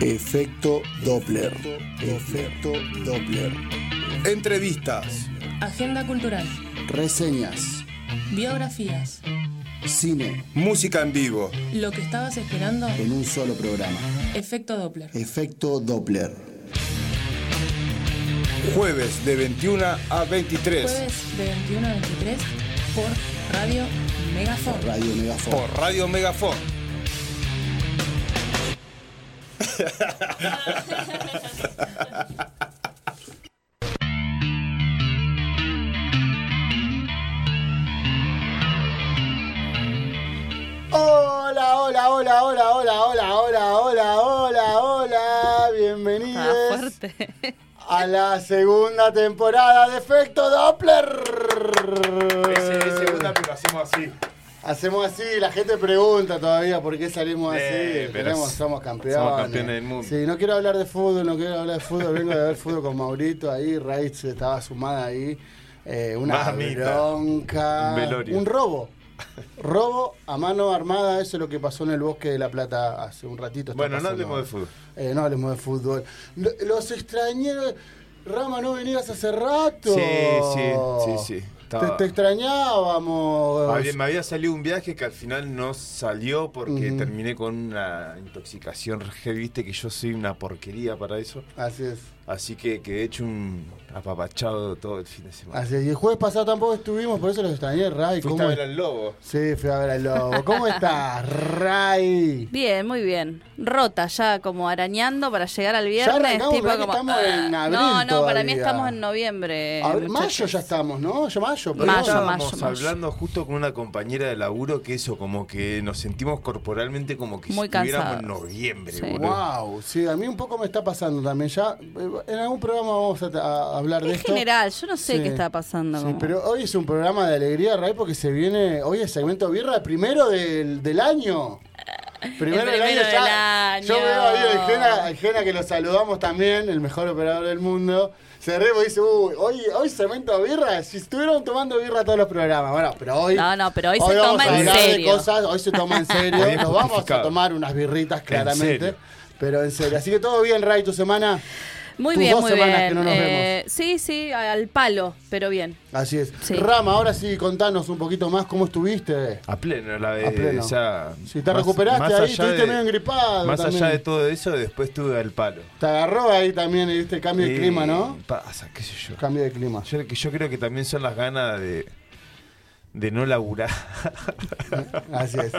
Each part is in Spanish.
Efecto Doppler. Efecto Doppler. Entrevistas. Agenda cultural. Reseñas. Biografías. Cine. Música en vivo. Lo que estabas esperando. En un solo programa. Efecto Doppler. Efecto Doppler. Jueves de 21 a 23. Jueves de 21 a 23 por Radio Megafon. Radio Megafon. Por Radio Megafon. Hola, hola, hola, hola, hola, hola, hola, hola, hola, hola. Ah, Bienvenidos fuerte. a la segunda temporada de Efecto Doppler. lo hacemos así. Hacemos así, la gente pregunta todavía por qué salimos así. Eh, pero Tenemos- es- somos campeones. somos campeones del mundo. Sí, no quiero hablar de fútbol, no quiero hablar de fútbol. Vengo de ver fútbol con Maurito ahí, Raiz estaba sumada ahí. Eh, una Mamita. bronca. Un velorio. Un robo. Robo a mano armada, eso es lo que pasó en el bosque de La Plata hace un ratito. está Bueno, no pasando. hablemos de fútbol. Eh, no hablemos de fútbol. Lo- Los extrañeros. Rama, no venías hace rato. Sí, sí, sí, sí. Te, Estaba- te extrañábamos. Había- me había salido un viaje que al final no salió porque Ujú. terminé con una intoxicación re viste que yo soy una porquería para eso. Así es. Así que quedé hecho un apapachado todo el fin de semana. Así es. Y el jueves pasado tampoco estuvimos, por eso los extrañé, Ray. Fuiste ¿Cómo a ver al lobo. Sí, fui a ver al lobo. ¿Cómo estás, Ray? Bien, muy bien. Rota ya, como arañando para llegar al viernes. arrancamos, tipo ¿verdad que como, estamos en ah, abril No, no, para mí todavía? estamos en noviembre. A ver, mayo muchachos. ya estamos, ¿no? Ya mayo. Pero perdón. Mayo, estábamos mayo, mayo. hablando justo con una compañera de laburo que eso, como que nos sentimos corporalmente como que Muy si estuviéramos cansados. en noviembre, Sí. boludo. Wow, sí, a mí un poco me está pasando también. Ya eh, en algún programa vamos a, a hablar de En esto. general, yo no sé Sí. qué está pasando. Sí, como- pero hoy es un programa de alegría, Ray, porque se viene. Hoy es segmento birra, el primero del, del año. El primero ya- del Yo año. veo ahí a Jena, a Jena que lo saludamos también, el mejor operador del mundo. Se re, y dice, uy, hoy, hoy segmento birra. Si estuvieron tomando birra todos los programas. Bueno, pero hoy. No, no, pero hoy se vamos toma a en hablar serio. De cosas, hoy se toma en serio. Hoy es Nos vamos a justificado. tomar unas birritas, claramente. serio. Pero en serio. Así que todo bien, Ray, tu semana. Muy Tus bien, dos muy semanas bien. que no nos Eh, Sí, sí, al palo, pero bien. Así es. Sí. Rama, ahora sí, contanos un poquito más cómo estuviste. A pleno, la A de pleno. esa. Si te recuperaste ahí, estuviste medio engripado Más allá también. de todo eso, después tuve al palo. Te agarró ahí también este cambio de Y clima, ¿no? Pasa, qué sé yo. Cambio de clima. Yo, yo creo que también son las ganas de, de no laburar. Así es.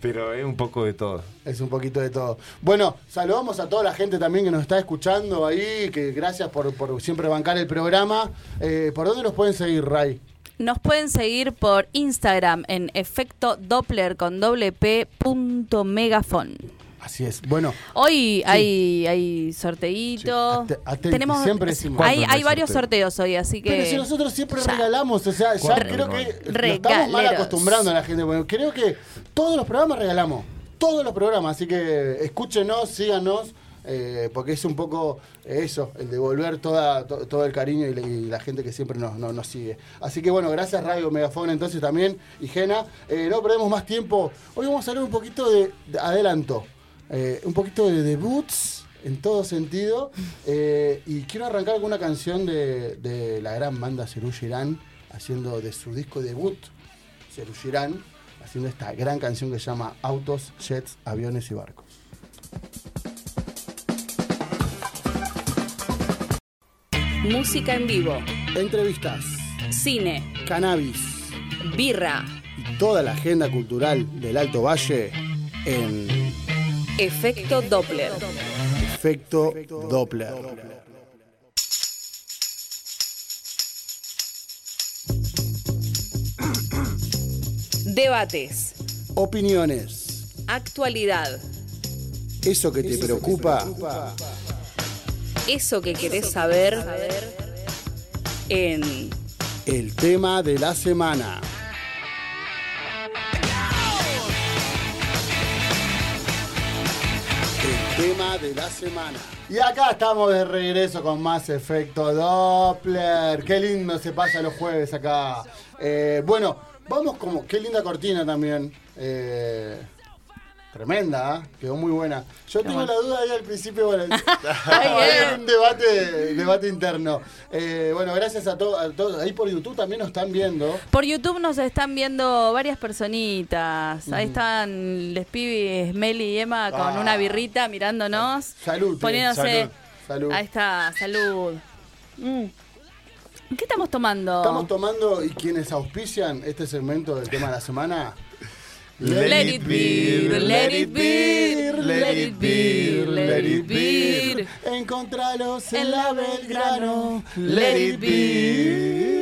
Pero es un poco de todo. Es un poquito de todo. Bueno, saludamos a toda la gente también que nos está escuchando ahí, que gracias por, por siempre bancar el programa. Eh, ¿Por dónde nos pueden seguir, Ray? Nos pueden seguir por Instagram en efecto Doppler con doble P punto megafon. Así es. Bueno, Hoy hay, hay sorteíto. Sí, ate- atenti, Tenemos, siempre decimos. hay, ¿Cuándo no hay hay varios sorteo? sorteos hoy, así que. pero si nosotros siempre regalamos, o sea, ya ¿Cuándo? creo que Regaleros. nos estamos mal acostumbrando a la gente. Bueno, creo que todos los programas regalamos, todos los programas, así que escúchenos, síganos. eh, porque es un poco eso, el devolver toda, to- todo el cariño y, la- y la gente que siempre nos, nos- nos sigue. Así que bueno, gracias Radio Megafón entonces también y Jena. Eh, no perdemos más tiempo. Hoy vamos a hablar un poquito de, de adelanto, eh, un poquito de debuts en todo sentido. eh, y quiero arrancar con una canción de, de la gran banda Cerú Girán haciendo de su disco debut. Serú Girán haciendo esta gran canción que se llama Autos, Jets, Aviones y Barcos. Música en vivo, Entrevistas, cine, cannabis birra, y toda la agenda cultural del Alto Valle en efecto Doppler. Efecto Doppler. Debates, Opiniones, actualidad, eso que te preocupa eso que querés saber en El tema de la semana. El tema de la semana. Y acá estamos de regreso con más efecto Doppler. Qué lindo se pasa los jueves acá. Eh, bueno, vamos como. Qué linda cortina también. Eh, Tremenda, ¿ah? quedó muy buena. Yo tengo la duda ahí al principio. Bueno, Ay, hay un debate, debate interno. Eh, bueno, gracias a, to- a todos. Ahí por YouTube también nos están viendo. Por YouTube nos están viendo varias personitas. Ahí están les pibes Meli y Emma con Ah. una birrita mirándonos. Salud, tío. Poniéndose. Salud. Ahí está, salud. Mm. ¿Qué estamos tomando? Estamos tomando, y quienes auspician este segmento del tema de la semana, Let it be, let it be, let it be, let it be. Encontralos en En la la Belgrano. Belgrano. Let it be.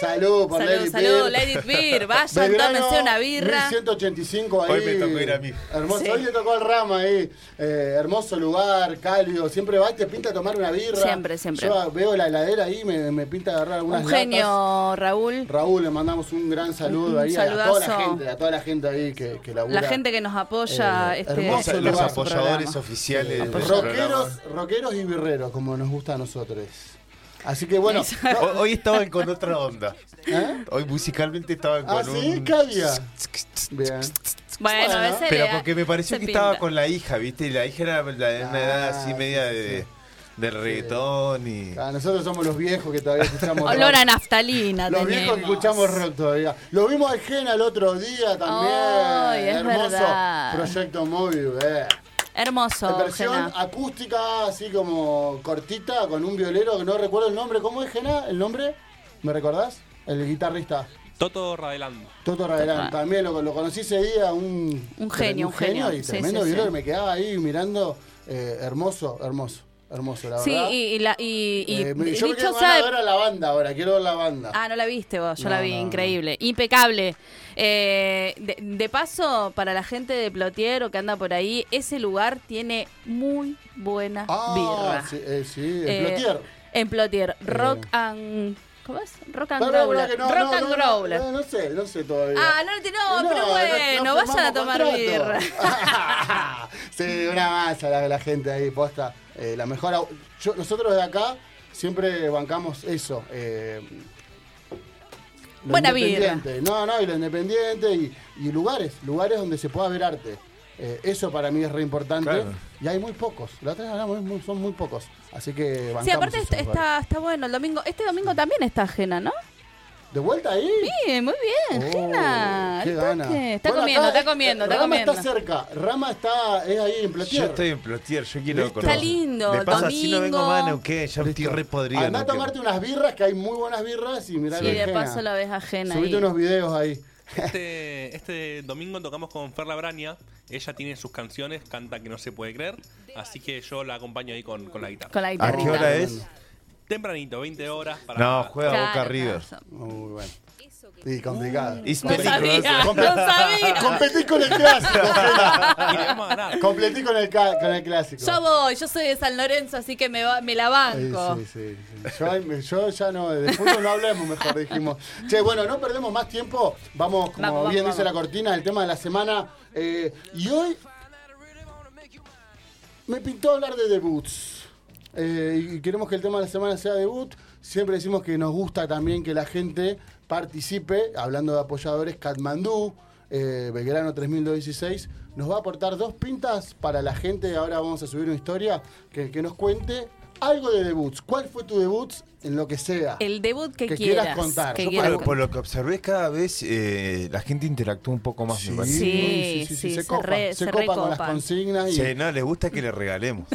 Salud por Let Salud, it salud, be. Lady Beer. Vayan, Belgrano, tómense una birra. 1185 ahí. Hoy me tocó ir a mí. Hermoso, Sí. hoy le tocó al Rama ahí. Eh, hermoso lugar, cálido. Siempre va y te pinta tomar una birra. Siempre, siempre. Yo veo la heladera ahí, me, me pinta agarrar algunas Un latas. genio, Raúl. Raúl, le mandamos un gran saludo Un ahí a la- a toda la saludazo. gente, a toda la gente ahí que, que labura. La gente que nos apoya. Eh, este, hermoso este los lugar, su apoyadores programa. oficiales del programa. Rockeros, rockeros y birreros, como nos gusta a nosotros. Así que bueno. no, Hoy- Hoy estaban con otra onda. ¿eh? Hoy musicalmente estaban Oh, con Ah, sí, un... ¿qué había? Bien. Bueno, a veces Pero le- porque me pareció se que pinta. estaba con la hija, ¿viste? Y la hija era la- de una edad Ah, así sí, media sí, de, sí. del reggaetón y... Ah, nosotros somos los viejos que todavía escuchamos. Olor rock. a naftalina. Los viejos que tenemos. escuchamos rock todavía. Lo vimos a Jena el otro día también. Ay, es Hermoso. verdad. Proyecto móvil, eh. Hermoso, versión Jena. acústica, así como cortita, con un violero que no recuerdo el nombre. ¿Cómo es Jena? ¿El nombre? ¿Me recordás? El guitarrista. Toto Radelando. Toto Radelán, también lo, lo conocí ese día, un, Un genio, un genio. y Sí, tremendo sí, violero, sí. me quedaba ahí mirando, eh, hermoso, hermoso, hermoso, la Sí, verdad. y, y la, y, y Eh, me- yo me dicho quedo con sea ganas de de ver a la banda ahora, quiero ver la banda. Ah, no la viste vos, yo No, la vi, no, no. increíble, impecable. Eh, de, de paso, para la gente de Plotier o que anda por ahí, ese lugar tiene muy buena Ah, birra. Sí, eh, sí, el Eh, Plotier. En Plotier, Rock and... ¿Cómo es? Rock and Pero, pero, Growler. que no, rock no, and no, Growler. No, no sé, no sé todavía. Ah, no, no, Eh, pero no, bueno, no vayan a firmamos tomar contrato. birra. sí, una masa la, la gente ahí, posta. Eh, la mejor. au- yo- nosotros de acá siempre bancamos eso. eh, lo Buena independiente. No, no, y lo independiente y, y lugares, lugares donde se pueda ver arte. Eh, eso para mí es re importante. Claro. Y hay muy pocos. La otra vez hablamos, es muy- son muy pocos. Así que bancamos. Sí, aparte esos está, lugares. está, está bueno el domingo. Este domingo también está ajena, ¿no? ¿De vuelta ahí? Sí, muy bien, Oh, Jena. qué al gana. toque. Está Bueno, comiendo, acá, está comiendo, está Rama comiendo. está cerca. Rama está es ahí en Plotier. Yo estoy en Plotier, yo quiero Listo. conocer. Está lindo, De paso, así no vengo domingo. más a Neuquén, ya estoy re podrido. Andá a Neuquén. tomarte unas birras, que hay muy buenas birras y mirá Sí, la de ajena. paso la ves ajena. Subite ahí. unos videos ahí. Este, este domingo tocamos con Ferla Braña. Ella tiene sus canciones, canta que no se puede creer. Así que yo la acompaño ahí con, con la guitarra. Con la ¿A guitarrita. qué hora es? Tempranito, 20 horas. Para No, juega Claro, Boca River. claro. Muy bueno. Y complicado. It's No sabía, peligroso. no sabía. Competís con el clásico, Cela. Y le vamos a ganar. Completí con el, ca- con el clásico. Yo voy, yo soy de San Lorenzo, así que me, va- me la Sí, banco. sí, sí, sí. Yo, yo ya no, de fútbol no hablemos, mejor dijimos. Che, bueno, no perdemos más tiempo. Vamos, como Vamos, bien vamos, dice la vamos. cortina, el tema de la semana. Eh, y hoy me pintó hablar de debuts. Eh, y queremos que el tema de la semana sea debut. Siempre decimos que nos gusta también que la gente participe. Hablando de apoyadores, Katmandú, eh, Belgrano 3216, nos va a aportar dos pintas para la gente. Ahora vamos a subir una historia que, que nos cuente algo de debuts. ¿Cuál fue tu debut en lo que sea? El debut que, Que quieras quieras. contar. que Yo quieras Por, contar. por lo que observé, cada vez eh, la gente interactúa un poco más, me parece. Sí, sí, se re- se se copa con las recopan. consignas. Y, Che, no, les gusta que le regalemos.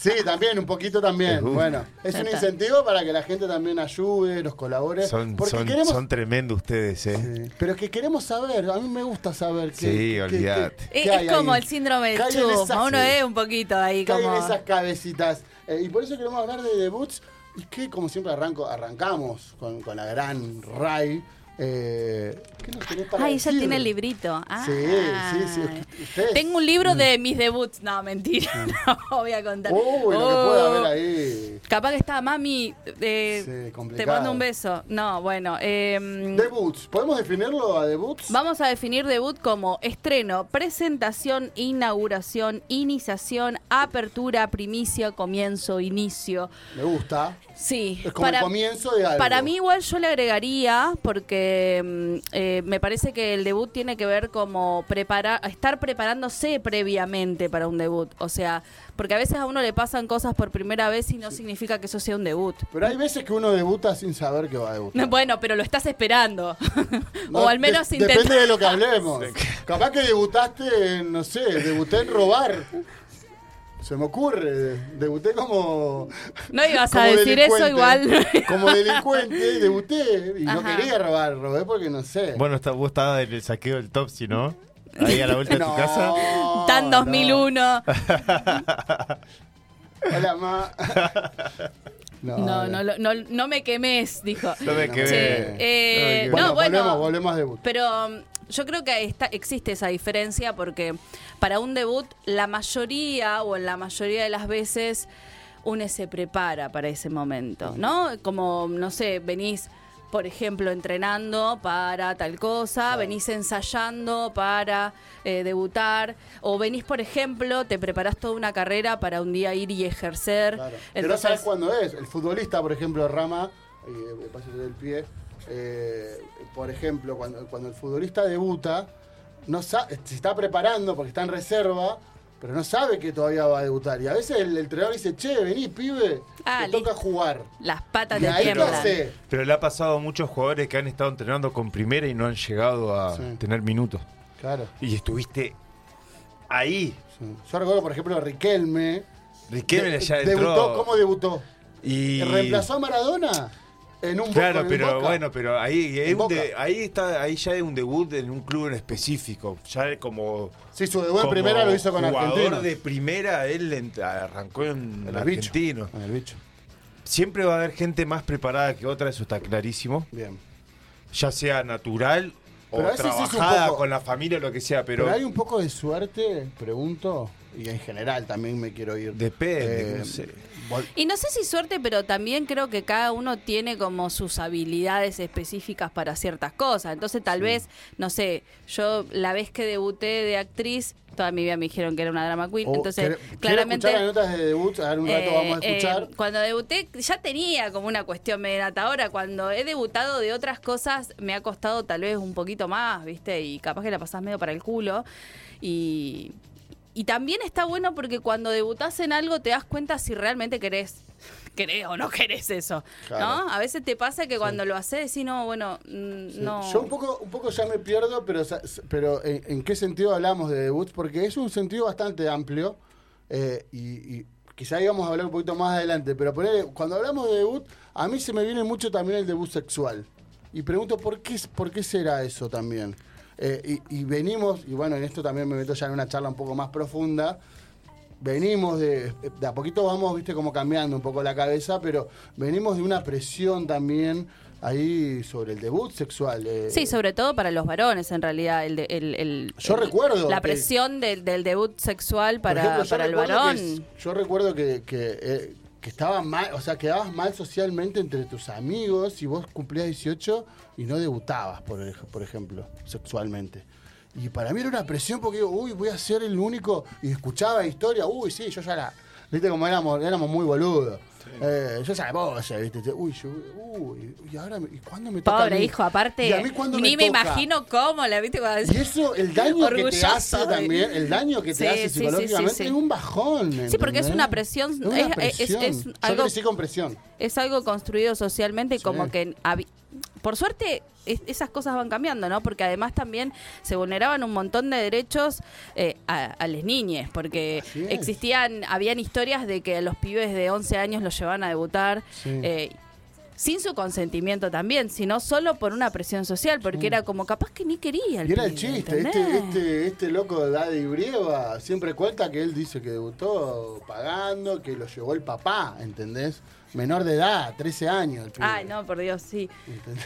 Sí, también, un poquito también. Les gusta. Bueno, es un incentivo para que la gente también ayude, nos colabore. Son, porque son, queremos. son tremendos ustedes, ¿eh? Sí, Pero es que queremos saber, a mí me gusta saber qué. Sí, qué- qué- olvidate. qué Eh, Es, hay es como ahí. el síndrome de Cae en esas- chusma. Uno sí. ve un poquito ahí Caen como. esas cabecitas. Eh, y por eso queremos hablar de debuts. Y que, como siempre, arranco, arrancamos con, con la gran Ray. Eh, ¿Qué nos tenés para Ay, ella decir? tiene el librito. Sí, Ah. sí, sí. Ustedes- Mm. Tengo un libro de mis debuts. No, mentira. No voy a contar. Uy, lo que pueda Oh. haber ahí. Capaz que está, mami. eh, Sí, te complicado. mando un beso. No, bueno. em, Debuts, ¿podemos definirlo a debuts? Vamos a definir debut como estreno, presentación, inauguración, iniciación, apertura, primicia, comienzo, inicio. Me gusta. Sí, Es como el comienzo de algo. Para mí igual yo le agregaría, porque mm, eh, me parece que el debut tiene que ver como prepara- estar preparándose previamente para un debut. O sea, porque a veces a uno le pasan cosas por primera vez y no significa que eso sea un debut. Pero hay veces que uno debuta sin saber que va a debutar. No, bueno, pero lo estás esperando. No, o al menos de- intentas. Depende de lo que hablemos. Capaz que debutaste, en, no sé, debuté en robar. Se me ocurre. Debuté como. No ibas como a decir eso delincuente. igual. Como delincuente, debuté. Y no Ajá. quería robar, robé porque no sé. Bueno, está, vos estabas en el saqueo del Topsy, ¿no? Ahí a la vuelta de No, tu casa. Tan no. 2001. Hola, ma. No, no, lo- no, no me quemes, dijo. No me Sí, quedé. eh, bueno, no, bueno. volvemos, volvemos a debutar. Pero um, yo creo que está, existe esa diferencia porque para un debut la mayoría o en la mayoría de las veces uno se prepara para ese momento, ¿no? Como, no sé, venís, por ejemplo, entrenando para tal cosa, venís ensayando para eh, debutar, o venís, por ejemplo, te preparás toda una carrera para un día ir y ejercer. Claro. Que no Entonces, sabes cuándo es. El futbolista, por ejemplo, Rama, eh, me paso el pie, eh, por ejemplo, cuando, cuando el futbolista debuta, no sa- se está preparando porque está en reserva, pero no sabe que todavía va a debutar. Y a veces el, el entrenador dice, che, vení, pibe, Ah, te toca listo. jugar. las patas Y te ahí lo tiemblan. hace. Pero le ha pasado a muchos jugadores que han estado entrenando con primera y no han llegado a Sí. tener minutos. Claro. Y estuviste ahí. sí. Yo recuerdo, por ejemplo, a Riquelme. Riquelme De- ya debutó, entró. ¿Cómo debutó? y ¿Reemplazó a Maradona? En un Claro, en pero Boca. bueno, pero ahí, es En un Boca. de- ahí está, ahí ya es un debut en un club en específico. Ya como, Sí, su debut en como primera lo hizo con jugador Argentina. de primera, él ent- arrancó en En el bicho. argentino. En el bicho. Siempre va a haber gente más preparada que otra, eso está clarísimo. Bien. Ya sea natural Pero a o veces es un trabajada poco- con la familia o lo que sea, pero, Pero, hay un poco de suerte, pregunto, y en general también me quiero ir. eh, depende. no sé. vol- Y no sé si suerte, pero también creo que cada uno tiene como sus habilidades específicas para ciertas cosas. Entonces tal vez, no sé, yo la vez que debuté de actriz, toda mi vida me dijeron que era una drama queen. o entonces, quer- quiero claramente... Oh, escuchar las notas de debut, ahora en un rato eh, vamos a eh, escuchar. cuando debuté ya tenía como una cuestión media ahora cuando he debutado de otras cosas me ha costado tal vez un poquito más viste y capaz que la pasás medio para el culo y y también está bueno porque cuando debutás en algo te das cuenta si realmente querés querés o no querés eso Claro. no a veces te pasa que cuando lo haces decís no bueno mm, Sí. no Yo un poco, un poco ya me pierdo, pero, sa- s- pero ¿en, en qué sentido hablamos de debut? Porque es un sentido bastante amplio eh, y, y quizá íbamos a hablar un poquito más adelante, pero ponele, cuando hablamos de debut, a mí se me viene mucho también el debut sexual. Y pregunto, ¿por qué, por qué será eso también? Eh, y, y venimos, y bueno, en esto también me meto ya en una charla un poco más profunda, venimos de, de a poquito vamos, viste, como cambiando un poco la cabeza, pero venimos de una presión también ahí sobre el debut sexual. eh. Sí, sobre todo para los varones, en realidad. El, de- el- el- Yo el- recuerdo La que- presión del, del debut sexual Por para, ejemplo, yo para el recuerdo varón. que- yo recuerdo que, que, eh, que estaba mal, o sea, quedabas mal socialmente entre tus amigos y vos cumplías 18 y no debutabas, por, ej- por ejemplo, sexualmente. Y para mí era una presión porque digo, uy, voy a ser el único. Y escuchaba historia, uy, sí, yo ya la. Viste como éramos, éramos muy boludos. Eh, yo ya la boya, viste. Uy, yo, uy, y ahora, me- ¿y cuándo me toca? a Pobre mí? hijo, ¿Y aparte, a mí cuándo ni me toca? imagino cómo la viste cuando Y eso, el daño que te Orgulloso hace de- también, el daño que te Sí, hace sí, sí, psicológicamente sí, sí. es un bajón. ¿entendés? porque es una presión, Es, una es- es- presión. es Yo algo- crecí con presión. es algo construido socialmente y Sí. como que habi- por suerte es- esas cosas van cambiando, ¿no? Porque además también se vulneraban un montón de derechos eh, a, a las niñas, porque Así es. existían, habían historias de que a los pibes de 11 años los llevaban a debutar. Sí. eh, sin su consentimiento también, sino solo por una presión social, porque era como capaz que ni quería el Y era el pibe, chiste, este, ¿entendés? este, este loco Daddy Brieva siempre cuenta que él dice que debutó pagando, que lo llevó el papá, ¿entendés? Menor de edad, 13 años. el pibe. Ay, no, por Dios, sí. ¿Entendés?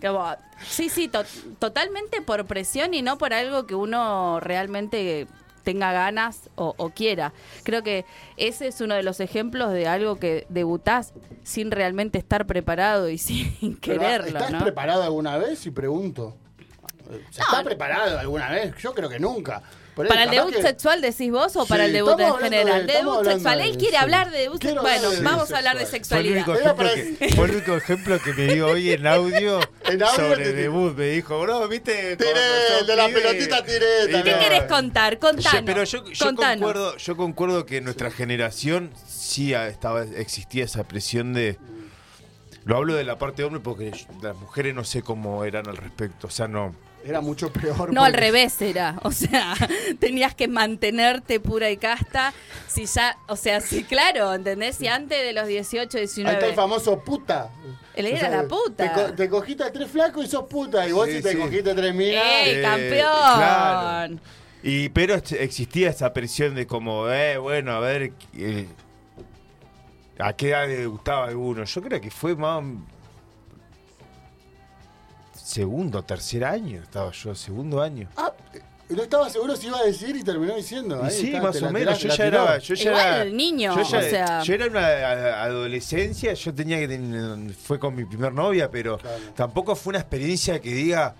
Como- sí, sí, to- totalmente por presión y no por algo que uno realmente tenga ganas o, o quiera. Creo que ese es uno de los ejemplos de algo que debutás sin realmente estar preparado y sin Pero, quererlo, ¿Estás ¿no? preparado alguna vez? Y pregunto. ¿Se está No. preparado alguna vez? Yo creo que nunca. Por ahí, ¿Para el capaz debut que- sexual decís vos o para Sí, el debut en estamos hablando de- general? estamos debut hablando sexual. de- Él quiere sí. hablar de debut Quiero sexual. Bueno, hablar de vamos debut a hablar de sexual. Fue el, sexualidad. único Era ejemplo para- que, fue el único ejemplo que me dio hoy en audio, En audio sobre te- debut. Me dijo, bro, viste. Tiré, Cuando sos de la pibe". pelotita tiré Y también. ¿Qué no, querés contar? Contanos. Yo- pero yo, yo contanos. concuerdo, yo concuerdo que en nuestra generación sí ah, estaba, existía esa presión de. Lo hablo de la parte de hombre porque yo- las mujeres no sé cómo eran al respecto. O sea, no. Era mucho peor. No, al porque- revés era. O sea, tenías que mantenerte pura y casta. Si ya, o sea, sí, claro, ¿entendés? Si antes de los 18, Ahí está el 19. famoso puta. Él era la puta. Te, co- te cogiste a tres flacos y sos puta. Y vos Sí, si te sí. cogiste a tres ah, minas. ¡Ey, Eh, campeón! claro. Y pero ex- existía esa presión de como, eh, bueno, a ver. eh, ¿A qué edad le gustaba a alguno? Yo creo que fue más. Segundo, tercer año estaba yo, segundo año. Ah, no estaba seguro si iba a decir y terminó diciendo. Y Ahí sí, está, te más la- o te menos. la- Yo te ya la tiró. era. Yo ya Igual era el niño, Yo, ya- o sea. yo era una a- adolescencia. Yo tenía que. ten- Fue con mi primer novia, pero Claro. tampoco fue una experiencia que diga.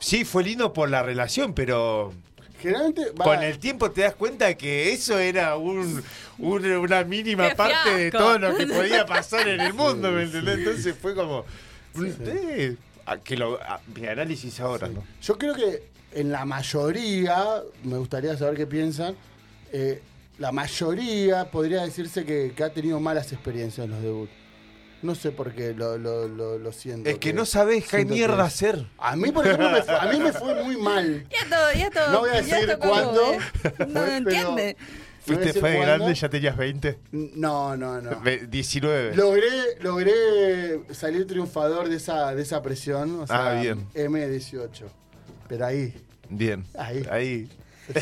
Sí, fue lindo por la relación, pero Generalmente. va- con el tiempo te das cuenta que eso era un, un- una mínima Qué parte de fiasco. todo lo que podía pasar en el mundo, ¿me entendés? Entonces fue como. eh, a- que lo, a- mi análisis ahora, ¿no? Yo creo que en la mayoría, me gustaría saber qué piensan, eh, la mayoría podría decirse que, que ha tenido malas experiencias en los debuts. No sé por qué lo, lo, lo, lo siento. Es que no sabés qué siento que- mierda hacer. A mí, por ejemplo, me, fu- a mí me fue muy mal. Ya todo, ya todo. No voy a ya decir tocó, cuándo, Este ¿eh? No, pero- entiende. No voy a Fuiste decir fe de cuándo. grande, ya tenías 20. No, no, no. Ve- 19. Logré, logré salir triunfador de esa, de esa presión. O sea, Ah, bien. M18. Pero ahí. Bien. Ahí. Ahí.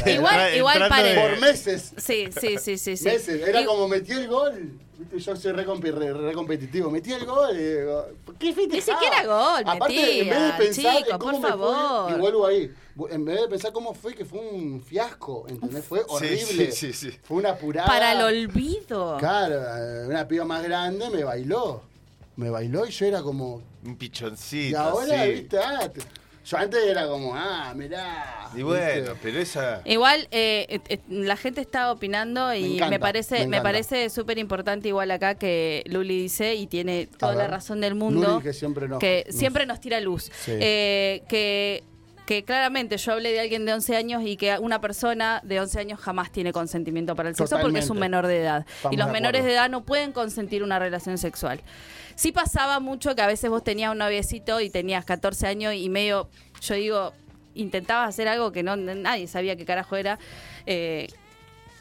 Igual- igual entrando pare- de- Por meses. Sí, sí, sí, sí. sí. Meses. Era Y- como metí el gol. Viste, Yo soy re, compi- re- re competitivo. Metí el gol. y digo, ¿Qué Ni festejás? siquiera gol, Aparte, en vez de metía, pensar en chico, cómo me por fue, favor. y vuelvo ahí. En vez de pensar cómo fue, que fue un fiasco. ¿Entendés? Fue horrible. sí, sí, sí. Fue una apurada. Para el olvido. Claro, eh, una piba más grande me bailó. Me bailó y yo era como. Un Y pichoncito. ahora, sí. viste, ah, te- yo antes era como, ah, mirá. Y bueno, viste. pero esa. Igual eh, eh, eh, la gente está opinando y me, encanta, me parece me, encanta. parece súper importante igual acá que Luli dice y tiene A toda la ver. razón del mundo Luli, que siempre nos- que nos- siempre nos tira luz Sí. Eh, que que claramente yo hablé de alguien de 11 años y que una persona de 11 años jamás tiene consentimiento para el sexo porque es un Totalmente. menor de edad. Estamos y los de menores acuerdo. de edad no pueden consentir una relación sexual. Sí pasaba mucho que a veces vos tenías un noviecito y tenías 14 años y medio, yo digo, intentabas hacer algo que no nadie sabía qué carajo era. eh,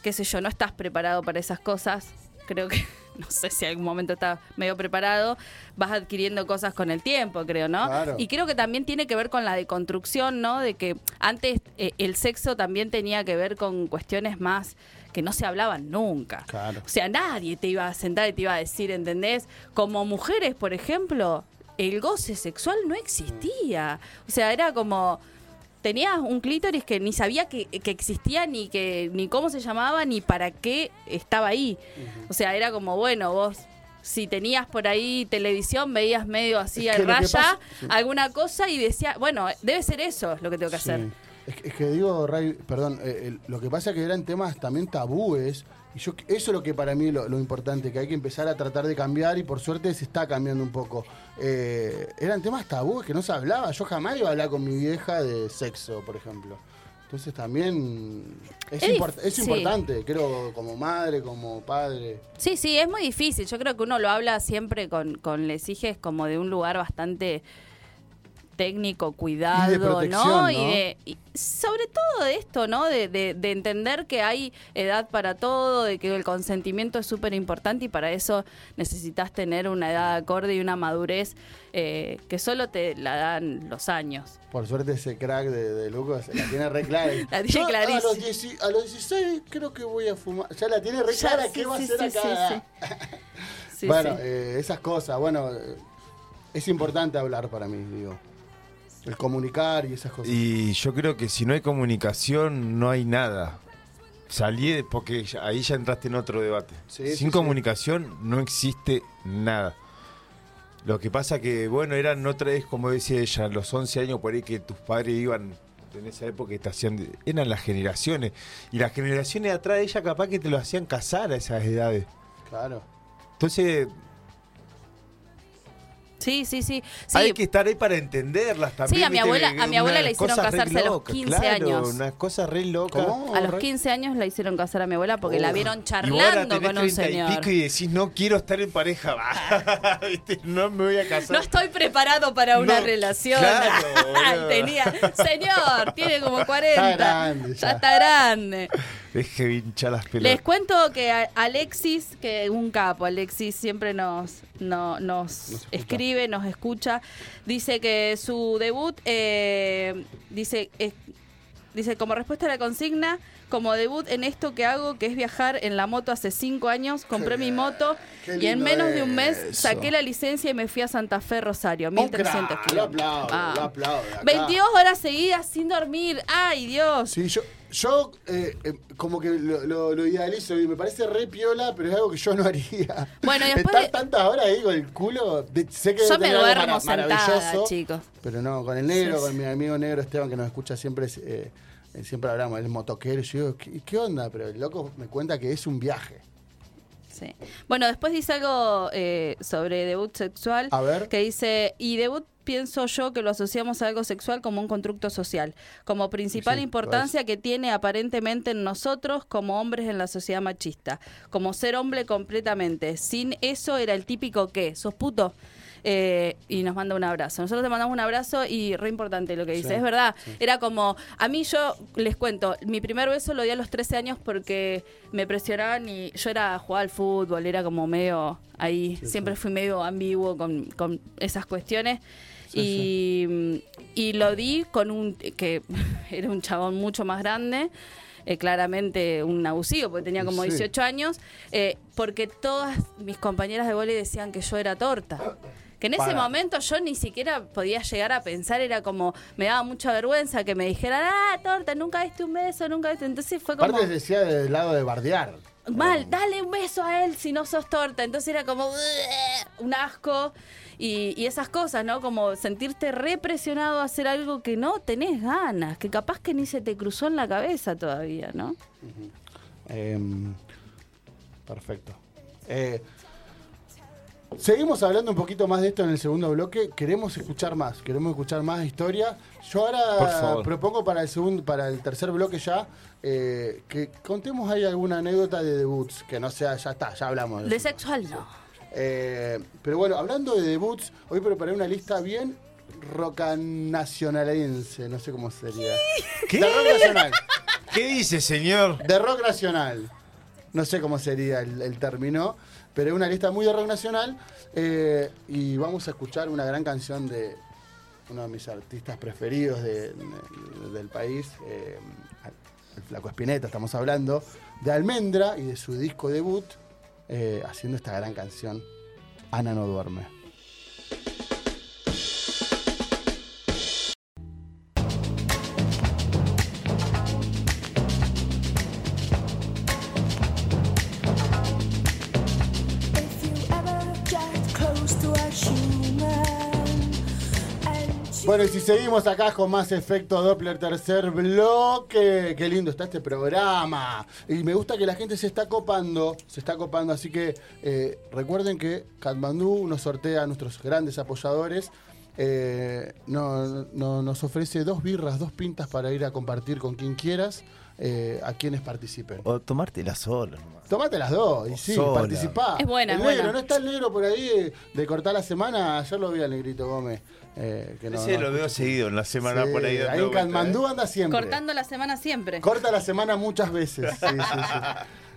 qué sé yo, no estás preparado para esas cosas. Creo que, no sé si en algún momento estás medio preparado, vas adquiriendo cosas con el tiempo, creo, ¿no? Claro. Y creo que también tiene que ver con la deconstrucción, ¿no? De que antes eh, el sexo también tenía que ver con cuestiones más que no se hablaban nunca. Claro. O sea, nadie te iba a sentar y te iba a decir, ¿entendés? Como mujeres, por ejemplo, el goce sexual no existía. O sea, era como tenías un clítoris que ni sabía que, que existía, ni que, ni cómo se llamaba, ni para qué estaba ahí. O sea, era como, bueno, vos, si tenías por ahí televisión, veías medio así Es al que lo que raya, pasa- alguna cosa, y decía, bueno, debe ser eso lo que tengo que Sí. hacer. Es que, es que digo, Ray, perdón, eh, el- lo que pasa es que eran temas también tabúes. Y yo, eso es lo que para mí lo, lo importante, que hay que empezar a tratar de cambiar y por suerte se está cambiando un poco. Eh, eran temas tabúes que no se hablaba. Yo jamás iba a hablar con mi vieja de sexo, por ejemplo. Entonces también es, Es dif- import- es sí. importante, creo, como madre, como padre. Sí, sí, es muy difícil. Yo creo que uno lo habla siempre con, con les hijes como de un lugar bastante técnico, cuidado, Y de protección, ¿no? Y, ¿no? de- y sobre todo de esto, ¿no? De, de- de entender que hay edad para todo, de que el consentimiento es súper importante y para eso necesitas tener una edad acorde y una madurez eh, que solo te la dan los años. Por suerte ese crack de, de Lucas la tiene re clara. La tiene Yo clarísima. A los, 10 a los 16 creo que voy a fumar. Ya la tiene re Ya, clara. sí, ¿Qué va sí, a hacer sí, acá? sí, Sí, bueno, sí. eh, esas cosas. Bueno, eh, es importante hablar para mí, digo. El comunicar y esas cosas. Y yo creo que si no hay comunicación, no hay nada. Salí, porque ya- ahí ya entraste en otro debate. Sí, sí, Sin sí. comunicación no existe nada. Lo que pasa que, bueno, eran otra vez, como decía ella, los 11 años por ahí que tus padres iban en esa época y te hacían. Eran las generaciones. Y las generaciones de atrás de ella, capaz que te lo hacían casar a esas edades. Claro. Entonces, Sí, sí, sí. sí. hay que estar ahí para entenderlas también. Sí, a mi ¿viste? abuela- a mi abuela Unas le hicieron cosas re casarse a los locas, 15 claro, años. Unas cosas re locas. ¿Cómo? A los 15 años la hicieron casar a mi abuela porque la vieron Oh. y vos ahora charlando tenés con un 30 señor. Y, pico y decís, no quiero estar en pareja. Bah, ¿viste? No me voy a casar. No estoy preparado para una No, relación. claro, boludo. Tenía, señor, tiene como 40. Está grande ya. ya. está grande. Deje de hinchar las Les pelotas. cuento que a- Alexis, que un capo, Alexis siempre nos, no- nos, escribe, nos escucha, dice que su debut, eh, dice, es- dice, como respuesta a la consigna, como debut en esto que hago, que es viajar en la moto hace cinco años, compré mi moto qué y en lindo menos de un mes eso. saqué la licencia y me fui a Santa Fe, Rosario, Un crack, 1300 Lo kilómetros. aplaudo, Ah. lo aplaudo. acá. 22 horas seguidas sin dormir, ay Dios. Sí, yo, yo eh, eh, como que lo, lo- lo idealizo y me parece re piola, pero es algo que yo no haría. Bueno, y después Estar de- tantas horas ahí con el culo, de- sé que Yo debe me tener algo duermo mara- sentada, maravilloso, chicos. Pero no, con el negro, Sí, con mi amigo negro Esteban que nos escucha siempre, es, eh, eh, siempre hablamos, el motoquero, yo digo, ¿qué, qué onda? Pero el loco me cuenta que es un viaje. Sí. Bueno, después dice algo eh, sobre debut sexual. A ver. Que dice, y debut pienso yo que lo asociamos a algo sexual como un constructo social, como principal Sí, importancia que tiene aparentemente en nosotros como hombres en la sociedad machista, como ser hombre completamente. Sin eso era el típico que, sos puto. Eh, y nos manda un abrazo. Nosotros te mandamos un abrazo y re importante lo que dice. es verdad, era como, a mí yo les cuento, mi primer beso lo di a los 13 años porque me presionaban y yo era jugaba al fútbol, era como medio ahí, siempre fui medio ambiguo con, con esas cuestiones. y, mm, y lo di con un que era un chabón mucho más grande. eh, claramente un abusivo, porque tenía como Sí. 18 años, eh, porque todas mis compañeras de vóley decían que yo era torta. Que en ese Para. momento yo ni siquiera podía llegar a pensar, era como, me daba mucha vergüenza que me dijeran, ah, torta, nunca diste un beso, nunca diste. Entonces fue como. Aparte decía del lado de bardear. Mal, dale un beso a él si no sos torta. Entonces era como "Ueh", un asco y, y esas cosas, ¿no? Como sentirte represionado a hacer algo que no tenés ganas, que capaz que ni se te cruzó en la cabeza todavía, ¿no? Em, perfecto. Eh, seguimos hablando un poquito más de esto en el segundo bloque. Queremos escuchar más, queremos escuchar más historia. Yo Por ahora favor. propongo para el segundo, para el tercer bloque ya eh, que contemos ahí alguna anécdota de debuts que no sea, ya está, ya hablamos. De eso. sexual no. Eh, pero bueno, hablando de debuts, hoy preparé una lista bien rocanacionalense, no sé cómo sería. ¿Qué? De rock nacional. ¿Qué dice, señor? De rock nacional. No sé cómo sería el, el término, pero es una lista muy de rock nacional. eh, y vamos a escuchar una gran canción de uno de mis artistas preferidos de- de- del país, eh, el Flaco Espineta, estamos hablando, de Almendra y de su disco debut, eh, haciendo esta gran canción, Ana no duerme. If you ever get close to a human and you Bueno, y si seguimos acá con más efecto Doppler, tercer bloque. Qué lindo está este programa. Y me gusta que la gente se está copando, se está copando. Así que eh, recuerden que Katmandú nos sortea a nuestros grandes apoyadores. Eh, no- no- nos ofrece dos birras, dos pintas para ir a compartir con quien quieras, eh, a quienes participen. O tomártela solo nomás. Tomate las dos, y sí, Sola. participá. Es buena, el es negro, buena. no está el negro por ahí eh, de cortar la semana. Ayer lo vi al negrito Gómez. eh, que no- Ese no lo veo escucha. seguido en la semana Sí, por ahí. dando ahí en vuelta, Katmandú ¿eh? anda siempre. Cortando la semana siempre. Corta la semana muchas veces. Sí, sí, sí.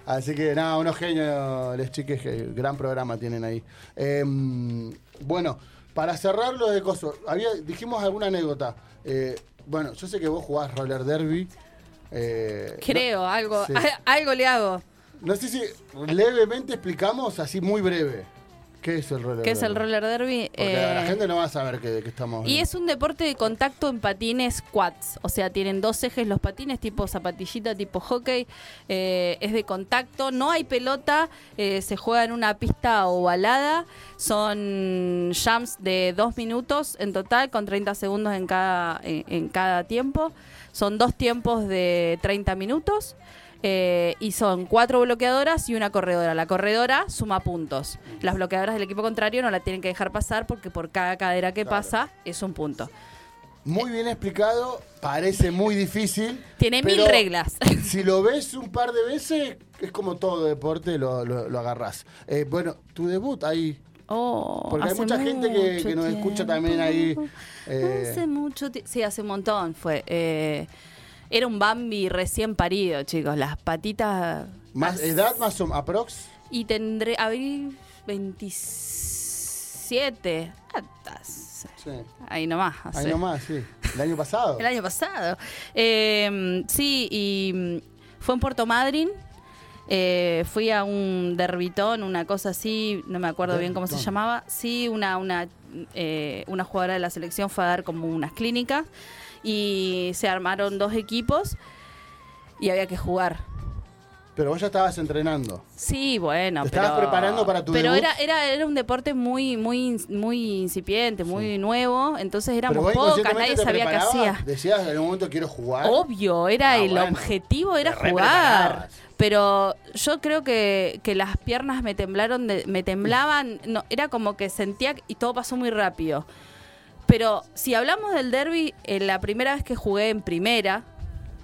Así que nada, unos genios, les chiques, que gran programa tienen ahí. Em, bueno, para cerrar lo de Coso, había, dijimos alguna anécdota. Eh, bueno, yo sé que vos jugás roller derby. eh, Creo, algo, Ah, Sí. algo le hago. No, no sé si levemente explicamos, así muy breve. ¿Qué es el roller que es el derby? roller derby. Porque eh, la gente no va a saber que, que estamos. Y es un deporte de contacto en patines quads, o sea, tienen dos ejes los patines, tipo zapatillita, tipo hockey, eh, es de contacto, no hay pelota, eh, se juega en una pista ovalada, son jumps de dos minutos en total, con 30 segundos en cada, en, en cada tiempo, son dos tiempos de 30 minutos. eh, y son cuatro bloqueadoras y una corredora. La corredora suma puntos. Las bloqueadoras del equipo contrario no la tienen que dejar pasar porque por cada cadera que pasa es un punto. Muy bien explicado, parece muy difícil. Tiene mil pero reglas. Si lo ves un par de veces, es como todo deporte, lo, lo, lo agarrás. Eh, bueno, tu debut ahí. Oh, Porque hay hace mucha gente que- mucho que nos escucha también ahí, eh. Hace mucho tie- Sí, hace un montón fue. eh, era un Bambi recién parido, chicos. Las patitas. Más, ¿Edad más o aprox? Y tendré. Abril 27. Ah, tas- Sí. Ahí nomás. Ahí hace. nomás, sí. El año pasado. El año pasado. Eh, sí, y mm, fue en Puerto Madryn. Eh, fui a un derbitón, una cosa así, no me acuerdo bien cómo se Derbitón. llamaba. Sí, una, una, eh, una jugadora de la selección fue a dar como unas clínicas y se armaron dos equipos y había que jugar. Pero vos ya estabas entrenando. Sí, bueno, ¿Te estabas pero- preparando para tu Pero debut? era, era, era un deporte muy, muy, in- muy incipiente, muy nuevo, entonces Pero éramos vos pocas, inconscientemente nadie te sabía qué preparabas, hacía. Decías en algún momento quiero jugar. Obvio, era Ah, el bueno. objetivo, era Te re jugar. preparabas. Pero yo creo que, que las piernas me temblaron, de- me temblaban, no, era como que sentía que- y todo pasó muy rápido. Pero si hablamos del derby, eh, la primera vez que jugué en primera,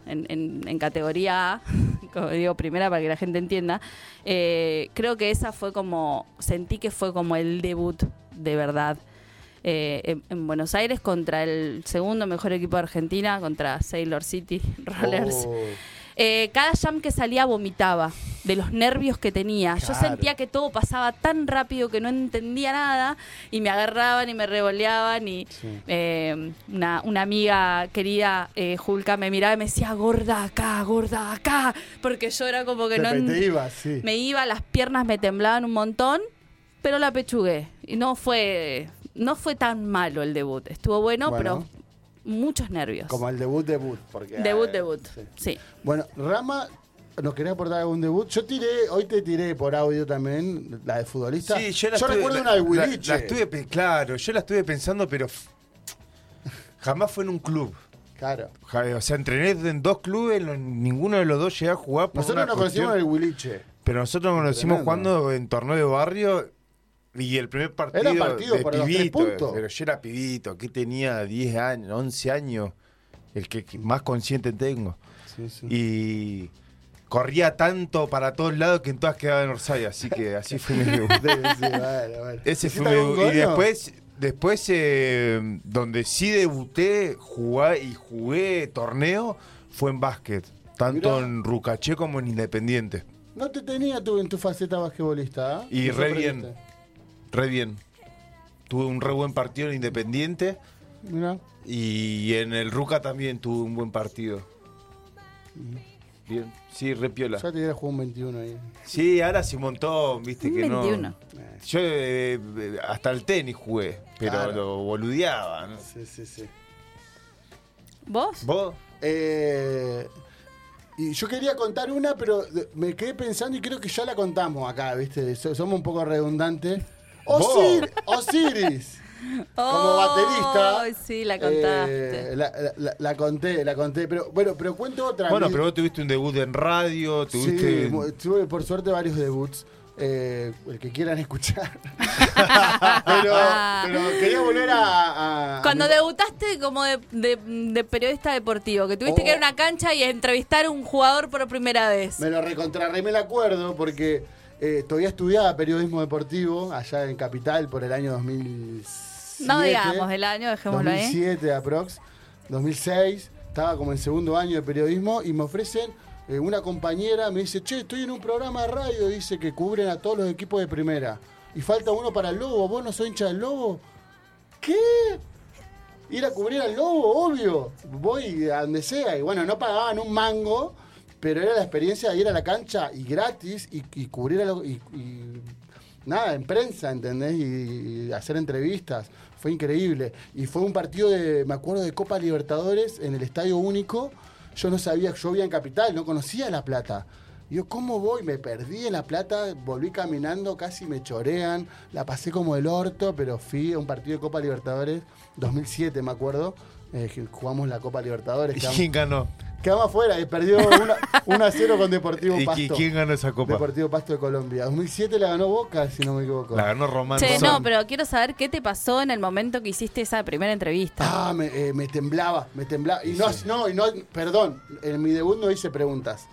en, en- en categoría A, como digo primera para que la gente entienda, eh, creo que esa fue como, sentí que fue como el debut de verdad. Eh, en, en Buenos Aires contra el segundo mejor equipo de Argentina, contra Sailor City Rollers. Oh. Eh, cada jam que salía vomitaba de los nervios que tenía. Yo Claro. sentía que todo pasaba tan rápido que no entendía nada y me agarraban y me revoleaban y Sí. eh, una, una amiga querida, eh, Julka, me miraba y me decía, gorda acá, gorda acá, porque yo era como que Te, no... te en- ibas, sí. me iba, las piernas me temblaban un montón, pero la pechugué. Y no fue, no fue tan malo el debut. Estuvo bueno, Bueno. pero muchos nervios. Como el debut, debut. Porque, Debut, eh, debut. sí. Sí. Bueno, Rama, ¿nos querés aportar algún debut? Yo tiré, hoy te tiré por audio también, la de futbolista. Sí, yo la estuve- recuerdo la- una de la- Wiliche. la estuve pe- claro, yo la estuve pensando, pero f- jamás fue en un club. Claro. Ja- O sea, entrené en dos clubes, lo- ninguno de los dos llegué a jugar por Nosotros una nos conocimos en el cuestión- Wiliche. Pero nosotros nos conocimos Tremendo. jugando en torneo de barrio y el primer partido, Era partido de para los tres pibito. puntos. Pero yo era pibito, que tenía 10 años, 11 años, el que que más consciente tengo. Sí, sí. Y corría tanto para todos lados que en todas quedaba en Orsay, así que así fue mi debut. Sí, sí, bueno, bueno. Ese ¿Hiciste fue mi algún debut. gol, Y no? después, después eh, donde sí debuté jugué, y jugué torneo fue en básquet. Tanto Mirá. en Rucaché como en Independiente. No te tenía tú en tu faceta basquetbolista. ¿ah? Me Y re sorprendiste. bien. Re bien. Tuve un re buen partido en Independiente Mirá. y en el Ruca también tuve un buen partido. Bien, sí, re piola. Ya te hubiera jugado un 21 ahí. Sí, ahora sí un montón, viste Un que no- 21. Yo eh, eh, hasta el tenis jugué, pero Claro. lo boludeaba. ¿no? Sí, sí, sí. ¿Vos? ¿Vos? Eh, y yo quería contar una, pero de- me quedé pensando y creo que ya la contamos acá, ¿viste? So- somos un poco redundantes. Osir- Osiris. Como baterista. Ay, sí, la contaste. eh, la, la- la conté, la conté. Pero bueno, pero cuento otra. Bueno, Mi- pero vos tuviste un debut en radio, tuviste... Sí, mu- tuve por suerte varios debuts. eh, el que quieran escuchar. pero, pero quería volver a. a- a Ah. Cuando mi- debutaste como de, de- de periodista deportivo, que tuviste Oh. que ir a una cancha y entrevistar a un jugador por primera vez. Me lo recontrarré, me el acuerdo porque eh, todavía estudiaba periodismo deportivo allá en Capital por el año 2007. No digamos el año, dejémoslo ahí. 2007 aprox, 2006, estaba como en segundo año de periodismo y me ofrecen eh, una compañera, me dice, che, estoy en un programa de radio, dice que cubren a todos los equipos de primera y falta uno para el Lobo, vos no sos hincha del Lobo. ¿Qué? ir a cubrir al lobo, obvio. Voy a donde sea. Y bueno, no pagaban un mango, pero era la experiencia de ir a la cancha y gratis y, y cubrir a lo- y, y nada, en prensa, ¿entendés? Y, y hacer entrevistas. Fue increíble. Y fue un partido de, me acuerdo, de Copa Libertadores en el Estadio Único. Yo no sabía, yo vivía en Capital, no conocía La Plata. Y Yo, ¿cómo voy? Me perdí en La Plata, volví caminando, casi me chorean, la pasé como el orto, pero fui a un partido de Copa Libertadores, 2007 me acuerdo, eh, que jugamos la Copa Libertadores. ¿Y quedamos- quién ganó? Quedamos afuera y perdió 1 a 0 con Deportivo ¿Y qui- Pasto. quién ganó esa copa? Deportivo Pasto de Colombia. 2007 la ganó Boca, si no me equivoco. La ganó Román. Che, Román. no, pero quiero saber qué te pasó en el momento que hiciste esa primera entrevista. Ah, me, eh, me temblaba, me temblaba. Y no, no, y no, perdón, en mi debut no hice preguntas.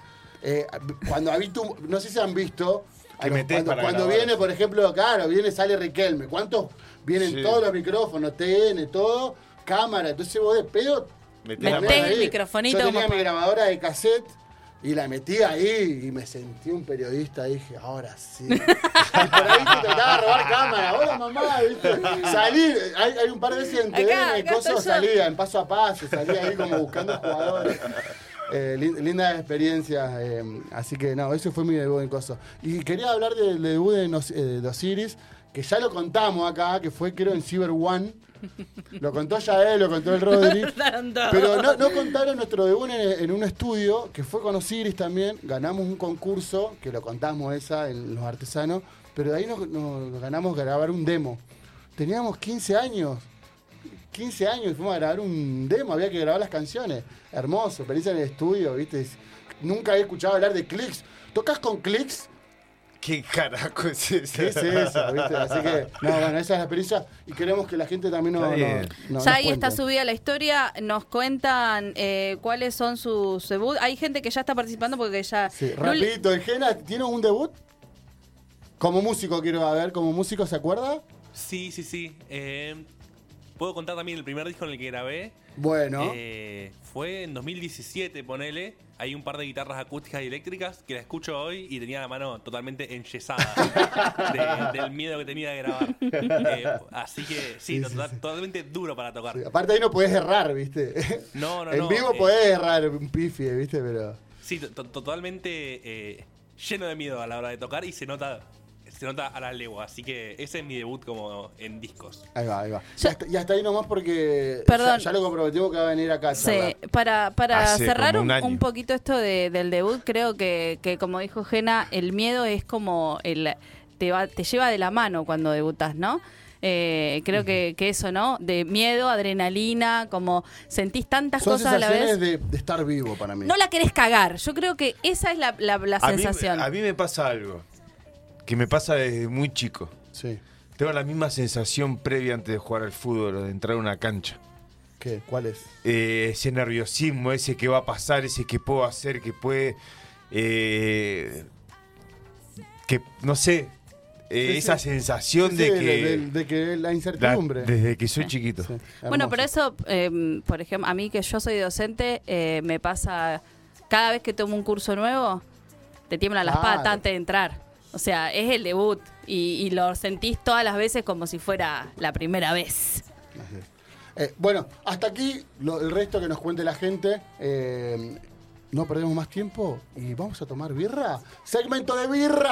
Eh, cuando habito, no sé si han visto, Que a los- metés cuando, para cuando grabar. viene, por ejemplo, claro, viene, sale Riquelme. ¿Cuántos? Vienen Sí. todos los micrófonos, TN, todo, cámara. Entonces vos de pedo Metí Tenía la Metés mano. el ahí. microfonito Yo tenía como- mi grabadora de cassette y la metí ahí y me sentí un periodista. Y dije, ahora sí. y por ahí te tocaba robar cámara. Hola, mamá. ¿viste? Salir. Hay, hay un par de veces en Acá, TN y acá estoy yo. cosas salía en paso a paso. Salía ahí como buscando jugadores. Eh, lin- linda experiencia, eh, así que no, ese fue mi debut en Coso. Y quería hablar del debut de Nos- eh, de Osiris, que ya lo contamos acá, que fue creo en Cyber One. Lo contó Yael, lo contó el Rodri. Pero no, no contaron nuestro debut en, en un estudio que fue con Osiris también. Ganamos un concurso, que lo contamos esa en Los Artesanos, pero de ahí nos, nos ganamos grabar un demo. Teníamos 15 años. 15 años y fuimos a grabar un demo, había que grabar las canciones. Hermoso, experiencia en el estudio, ¿viste? Es- Nunca había escuchado hablar de clics. ¿Tocas con clics? ¿Qué carajo es ¿Qué ese? es eso? ¿viste? Así que, no, bueno, esa es la experiencia y queremos que la gente también nos. Está nos- bien. nos- ya nos ahí está cuente. subida la historia. Nos cuentan eh, cuáles son sus debut. Hay gente que ya está participando porque ya. Sí, Luli- rapidito, el Jena, ¿tiene un debut? Como músico quiero a ver, como músico, ¿se acuerda? Sí, sí, sí. Eh, Puedo contar también el primer disco en el que grabé. Bueno, Eh, fue en 2017, ponele. Hay un par de guitarras acústicas y eléctricas que la escucho hoy y tenía la mano totalmente enyesada de- del miedo que tenía de grabar. Eh, así que sí, Sí, to- sí, sí. totalmente duro para tocar. aparte ahí no podés errar, ¿viste? No, no, en no, vivo eh. podés errar un pifie, ¿viste? Pero. Sí, to- to- totalmente eh, lleno de miedo a la hora de tocar y se nota, se nota a la legua. Así que ese es mi debut como en discos. Ahí va, ahí va. y, Yo- hasta, y hasta ahí nomás porque. Perdón. Ya, ya lo comprometimos que va a venir acá. a charlar. Sí, para, para Hace cerrar como un, un año. un poquito esto de- del debut, creo que, que como dijo Jena, el miedo es como el te va, te lleva de la mano cuando debutas, ¿no? Eh, creo que, que eso, ¿no? De miedo, adrenalina, como sentís tantas Son cosas a la vez. sensaciones de, de estar vivo para mí. No la querés cagar. Yo creo que esa es la, la- la A mí, sensación. a mí me pasa algo. Que me pasa desde muy chico. Sí. Tengo la misma sensación previa antes de jugar al fútbol o de entrar a una cancha. ¿Qué? ¿Cuál es? Eh, ese nerviosismo, ese que va a pasar, ese que puedo hacer, que puede. eh, que no sé. eh, Sí, sí. esa sensación Sí, de sí, que. de, de que la la- incertidumbre. desde que soy chiquito. Sí, Bueno, hermoso. pero eso, eh, por ejemplo, a mí que yo soy docente, eh, me pasa cada vez que tomo un curso nuevo, te tiemblan las Claro. patas antes de entrar. O sea, es el debut y, y lo sentís todas las veces como si fuera la primera vez. Eh, bueno, hasta aquí lo- el resto que nos cuente la gente. Eh, no perdemos más tiempo y vamos a tomar birra. Segmento de birra.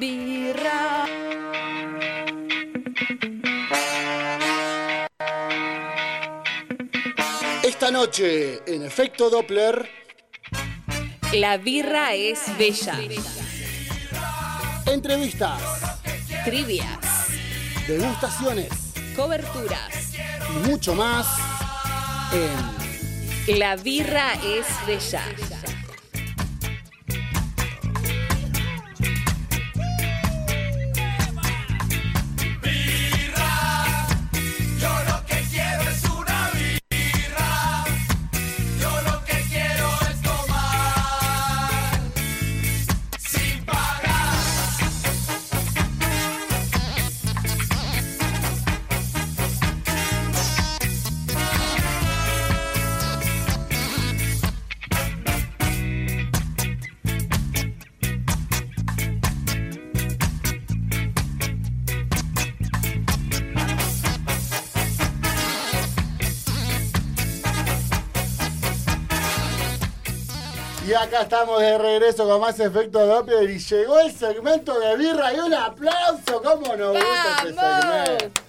Birra. Esta noche, en efecto Doppler, La birra es bella. entrevistas, Trivias, degustaciones coberturas. y mucho más en La birra es bella. Y acá estamos de regreso con más efecto Doppler y llegó el segmento de birra y un aplauso. ¿Cómo nos gusta este ¡Vamos! segmento?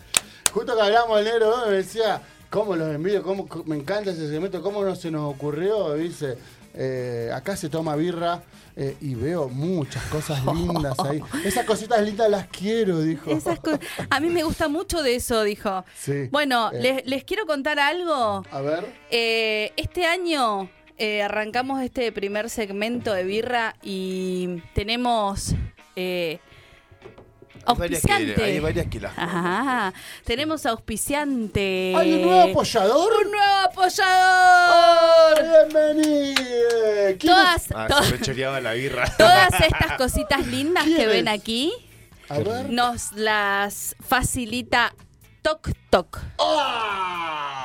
Justo que hablamos del negro Doppler, me decía, ¿cómo los envidio? ¿Cómo, cómo- me encanta ese segmento? ¿Cómo no se nos ocurrió? Dice, eh, acá se toma birra eh, y veo muchas cosas lindas ahí. Esas cositas lindas las quiero, dijo. Esas co- a mí me gusta mucho de eso, dijo. Sí. Bueno, Eh. les, les quiero contar algo. A ver. Eh, este año eh, arrancamos este primer segmento de birra y tenemos eh, varias que- auspiciante. hay varias que las- Ajá. Tenemos auspiciante. ¿Hay un nuevo apoyador? Eh, ¡Un nuevo apoyador! ¡Bienvenido! ¿Quién es? Todas, Ah, to- se me choreaba la birra. todas estas cositas lindas ¿Quién que ven es? aquí A ver. nos las facilita Toc Toc.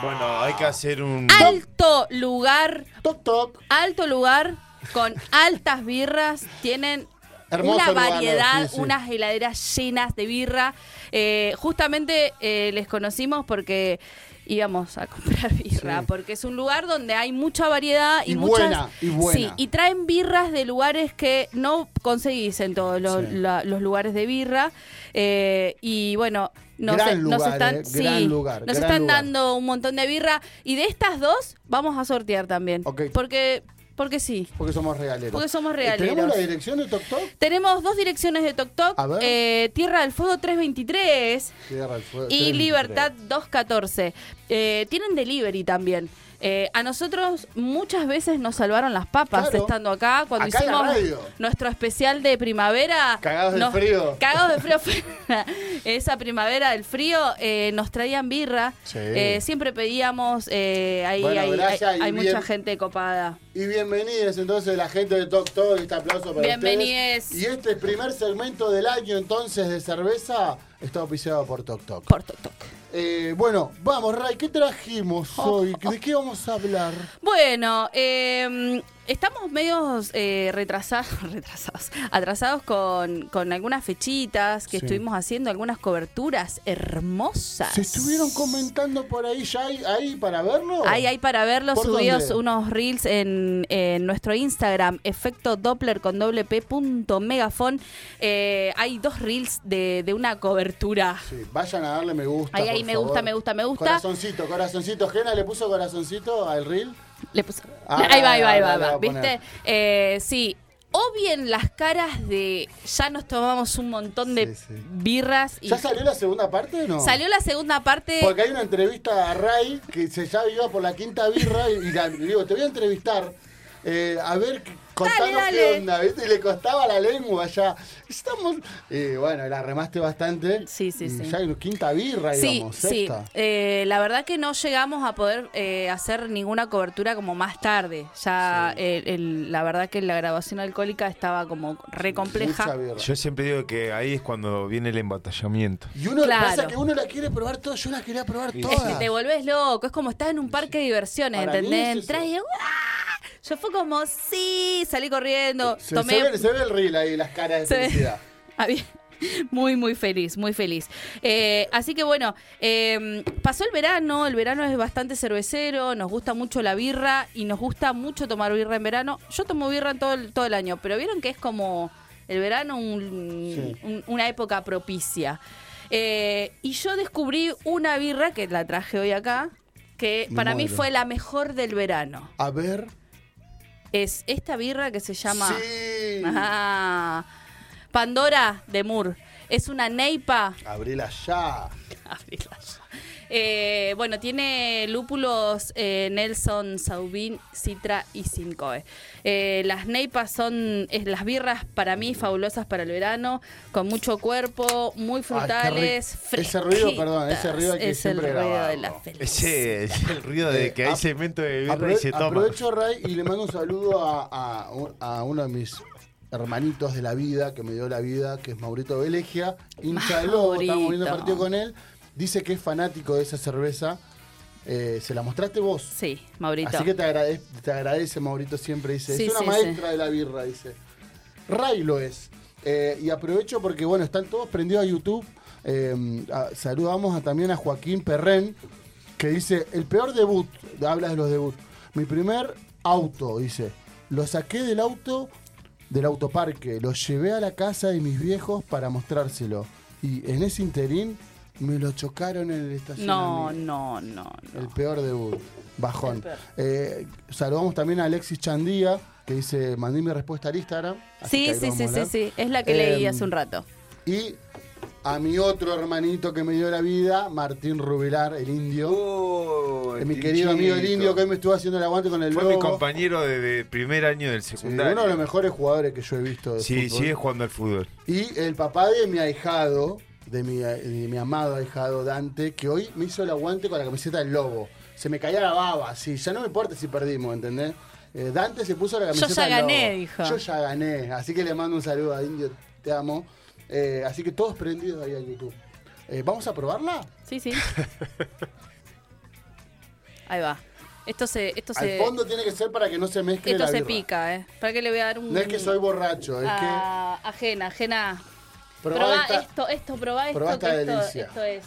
Bueno, hay que hacer un. Alto lugar, Toc toc. alto lugar con altas birras. Tienen Hermoso una lugar, variedad, sí, sí. unas heladeras llenas de birra. Eh, justamente eh, les conocimos porque íbamos a comprar birra, Sí. porque es un lugar donde hay mucha variedad y, Y muchas- buena, y buena. Sí, y traen birras de lugares que no conseguís en todos los, Sí. la- los lugares de birra. Eh, y bueno, nos, Gran eh, nos lugar, están, eh, gran sí, lugar, nos gran están lugar. dando un montón de birra. Y de estas dos vamos a sortear también. Ok. Porque, porque sí. Porque somos regaleros. Porque somos Eh, ¿Tenemos regaleros. la dirección de Toc Toc? Tenemos dos direcciones de Tok Tok, A ver. eh, Tierra del Fuego 323 Tierra del Fuego, y 323. Libertad 214. Eh, tienen delivery también. Eh, a nosotros muchas veces nos salvaron las papas Claro. estando acá. Cuando Acá en la hicimos radio. nuestro especial de primavera. Cagados del nos- frío. Cagados de frío. fue- Esa primavera del frío eh, nos traían birra. Sí. Eh, siempre pedíamos. eh, ahí Bueno, hay, gracias hay- y hay bien- mucha gente copada. Y bienvenidos entonces la gente de Toc Toc. Este aplauso para Bienvenides. ustedes. Y este primer segmento del año entonces de cerveza está oficiado por Toc Toc. Por Tok Tok. Eh, bueno, vamos, Ray, ¿qué trajimos Oh, hoy? ¿De qué vamos a hablar? Bueno, eh, estamos medios eh, retrasados, retrasados, atrasados con, con algunas fechitas que Sí. estuvimos haciendo, algunas coberturas hermosas. ¿Se estuvieron comentando por ahí? ¿Ya hay, hay para verlo? Hay, hay para verlos ¿Por subidos dónde? unos reels en, en nuestro Instagram, efecto Doppler con doble P punto megafon. Eh, hay dos reels de, de una cobertura. Sí, vayan a darle me gusta. Ahí, por ahí, me gusta, favor. me gusta, me gusta. Corazoncito, corazoncito. Gena le puso corazoncito al reel. Le puso- Ah, ahí va, ahí va, ahora ahí va, le va, voy a poner. ¿viste? Eh, sí. O bien las caras de ya nos tomamos un montón de Sí, sí. birras y ¿Ya salió la segunda parte o no? salió la segunda parte. Porque hay una entrevista a Ray que se ya iba por la quinta birra y, y la- le digo, te voy a entrevistar. eh, a ver, qué- contanos Dale, qué dale. onda, ¿viste? Y le costaba la lengua ya. Estamos. Y bueno, la remaste bastante. Sí, sí, Y sí. Ya hay quinta birra, digamos. sexta. sí. Eh, la verdad que no llegamos a poder eh, hacer ninguna cobertura como más tarde. Ya el- el- la verdad que la grabación alcohólica estaba como re Mucha compleja. birra. Yo siempre digo que ahí es cuando viene el embatallamiento. Y uno Claro. pasa que uno la quiere probar toda, yo la quería probar Sí, Es que toda. te volvés loco, es como estás en un parque de diversiones, Para mí ¿entendés? es eso. Entrás y ¡guau! yo fue como, sí, salí corriendo, Se, tomé... se ve, se ve el reel ahí, las caras de Se ve. felicidad. Ah, bien. Muy, muy feliz, muy feliz. Eh, así que bueno, eh, pasó el verano, el verano es bastante cervecero, nos gusta mucho la birra y nos gusta mucho tomar birra en verano. Yo tomo birra en todo el, todo el año, pero vieron que es como el verano un- Sí. un- una época propicia. Eh, y yo descubrí una birra que la traje hoy acá, que Me para mí muero. fue la mejor del verano. A ver. Es esta birra que se llama... Sí. Ah, Pandora de Moore. Es una neipa. Abrila ya. Abrila ya. Eh, bueno, tiene lúpulos eh, Nelson, Sauvin, Citra y Cincoe. Eh, las neipas son es, las birras para mí fabulosas para el verano, con mucho cuerpo, muy frutales, Ay, qué rico. Ese ruido, fresquitas. perdón, ese ruido hay que es el siempre ruido de grabarlo. la felicidad. Ese es el ruido de que Eh, hay ap- cemento de birra Aprove- y se toma. Aprovecho, Ray, y le mando un saludo a, a un- a uno de mis hermanitos de la vida, que me dio la vida, que es Maurito Velegia, hincha de lobo, estamos viendo el Maurito. partido con él. Dice que es fanático de esa cerveza. Eh, se la mostraste vos. Sí, Maurito. Así que te agradece, te agradece Maurito, siempre dice. Sí, es una sí, maestra de la birra, dice. Ray lo es. Eh, y aprovecho porque, bueno, están todos prendidos a YouTube. Eh, a- saludamos a- también a Joaquín Perren, que dice, el peor debut, hablas de los debut. Mi primer auto, dice. Lo saqué del auto, del autoparque, lo llevé a la casa de mis viejos para mostrárselo. Y en ese interín me lo chocaron en el No, estacionamiento. no, no, no. El peor debut. Bajón. Eh, saludamos también a Alexis Chandía, que dice, mandé mi respuesta al Instagram. así que Sí, ahí sí, vamos a sí, sí, hablar. Em, sí. Es la que leí hace un rato. Y a mi otro hermanito que me dio la vida, Martín Rubilar, el indio. Oh, mi querido amigo el indio que hoy me estuvo haciendo el aguante con el Fue lobo. mi compañero de, de primer año del Sí, uno de los secundario. mejores jugadores que yo he visto. de Sí, fútbol. sigue jugando al fútbol. Y el papá de mi ahijado, de mi, de mi amado ahijado Dante, que hoy me hizo el aguante con la camiseta del lobo. Se me caía la baba, sí, ya no me importa si perdimos, ¿entendés? Eh, Dante se puso la Yo camiseta ya del gané, Lobo. dijo. Yo ya gané, así que le mando un saludo a Indio, te amo. Eh, así que todos prendidos ahí en YouTube. Eh, ¿Vamos a probarla? Sí, sí. Ahí va. Esto se, esto Al se, fondo tiene que ser para que no se mezcle esto la se birra. pica, ¿eh? ¿Para qué le voy a dar un...? No es que soy borracho, es Ah, Ajena, ajena. que... probá Probá, esta- esto, esto, probá esto, probá que esta esto, delicia. esto es...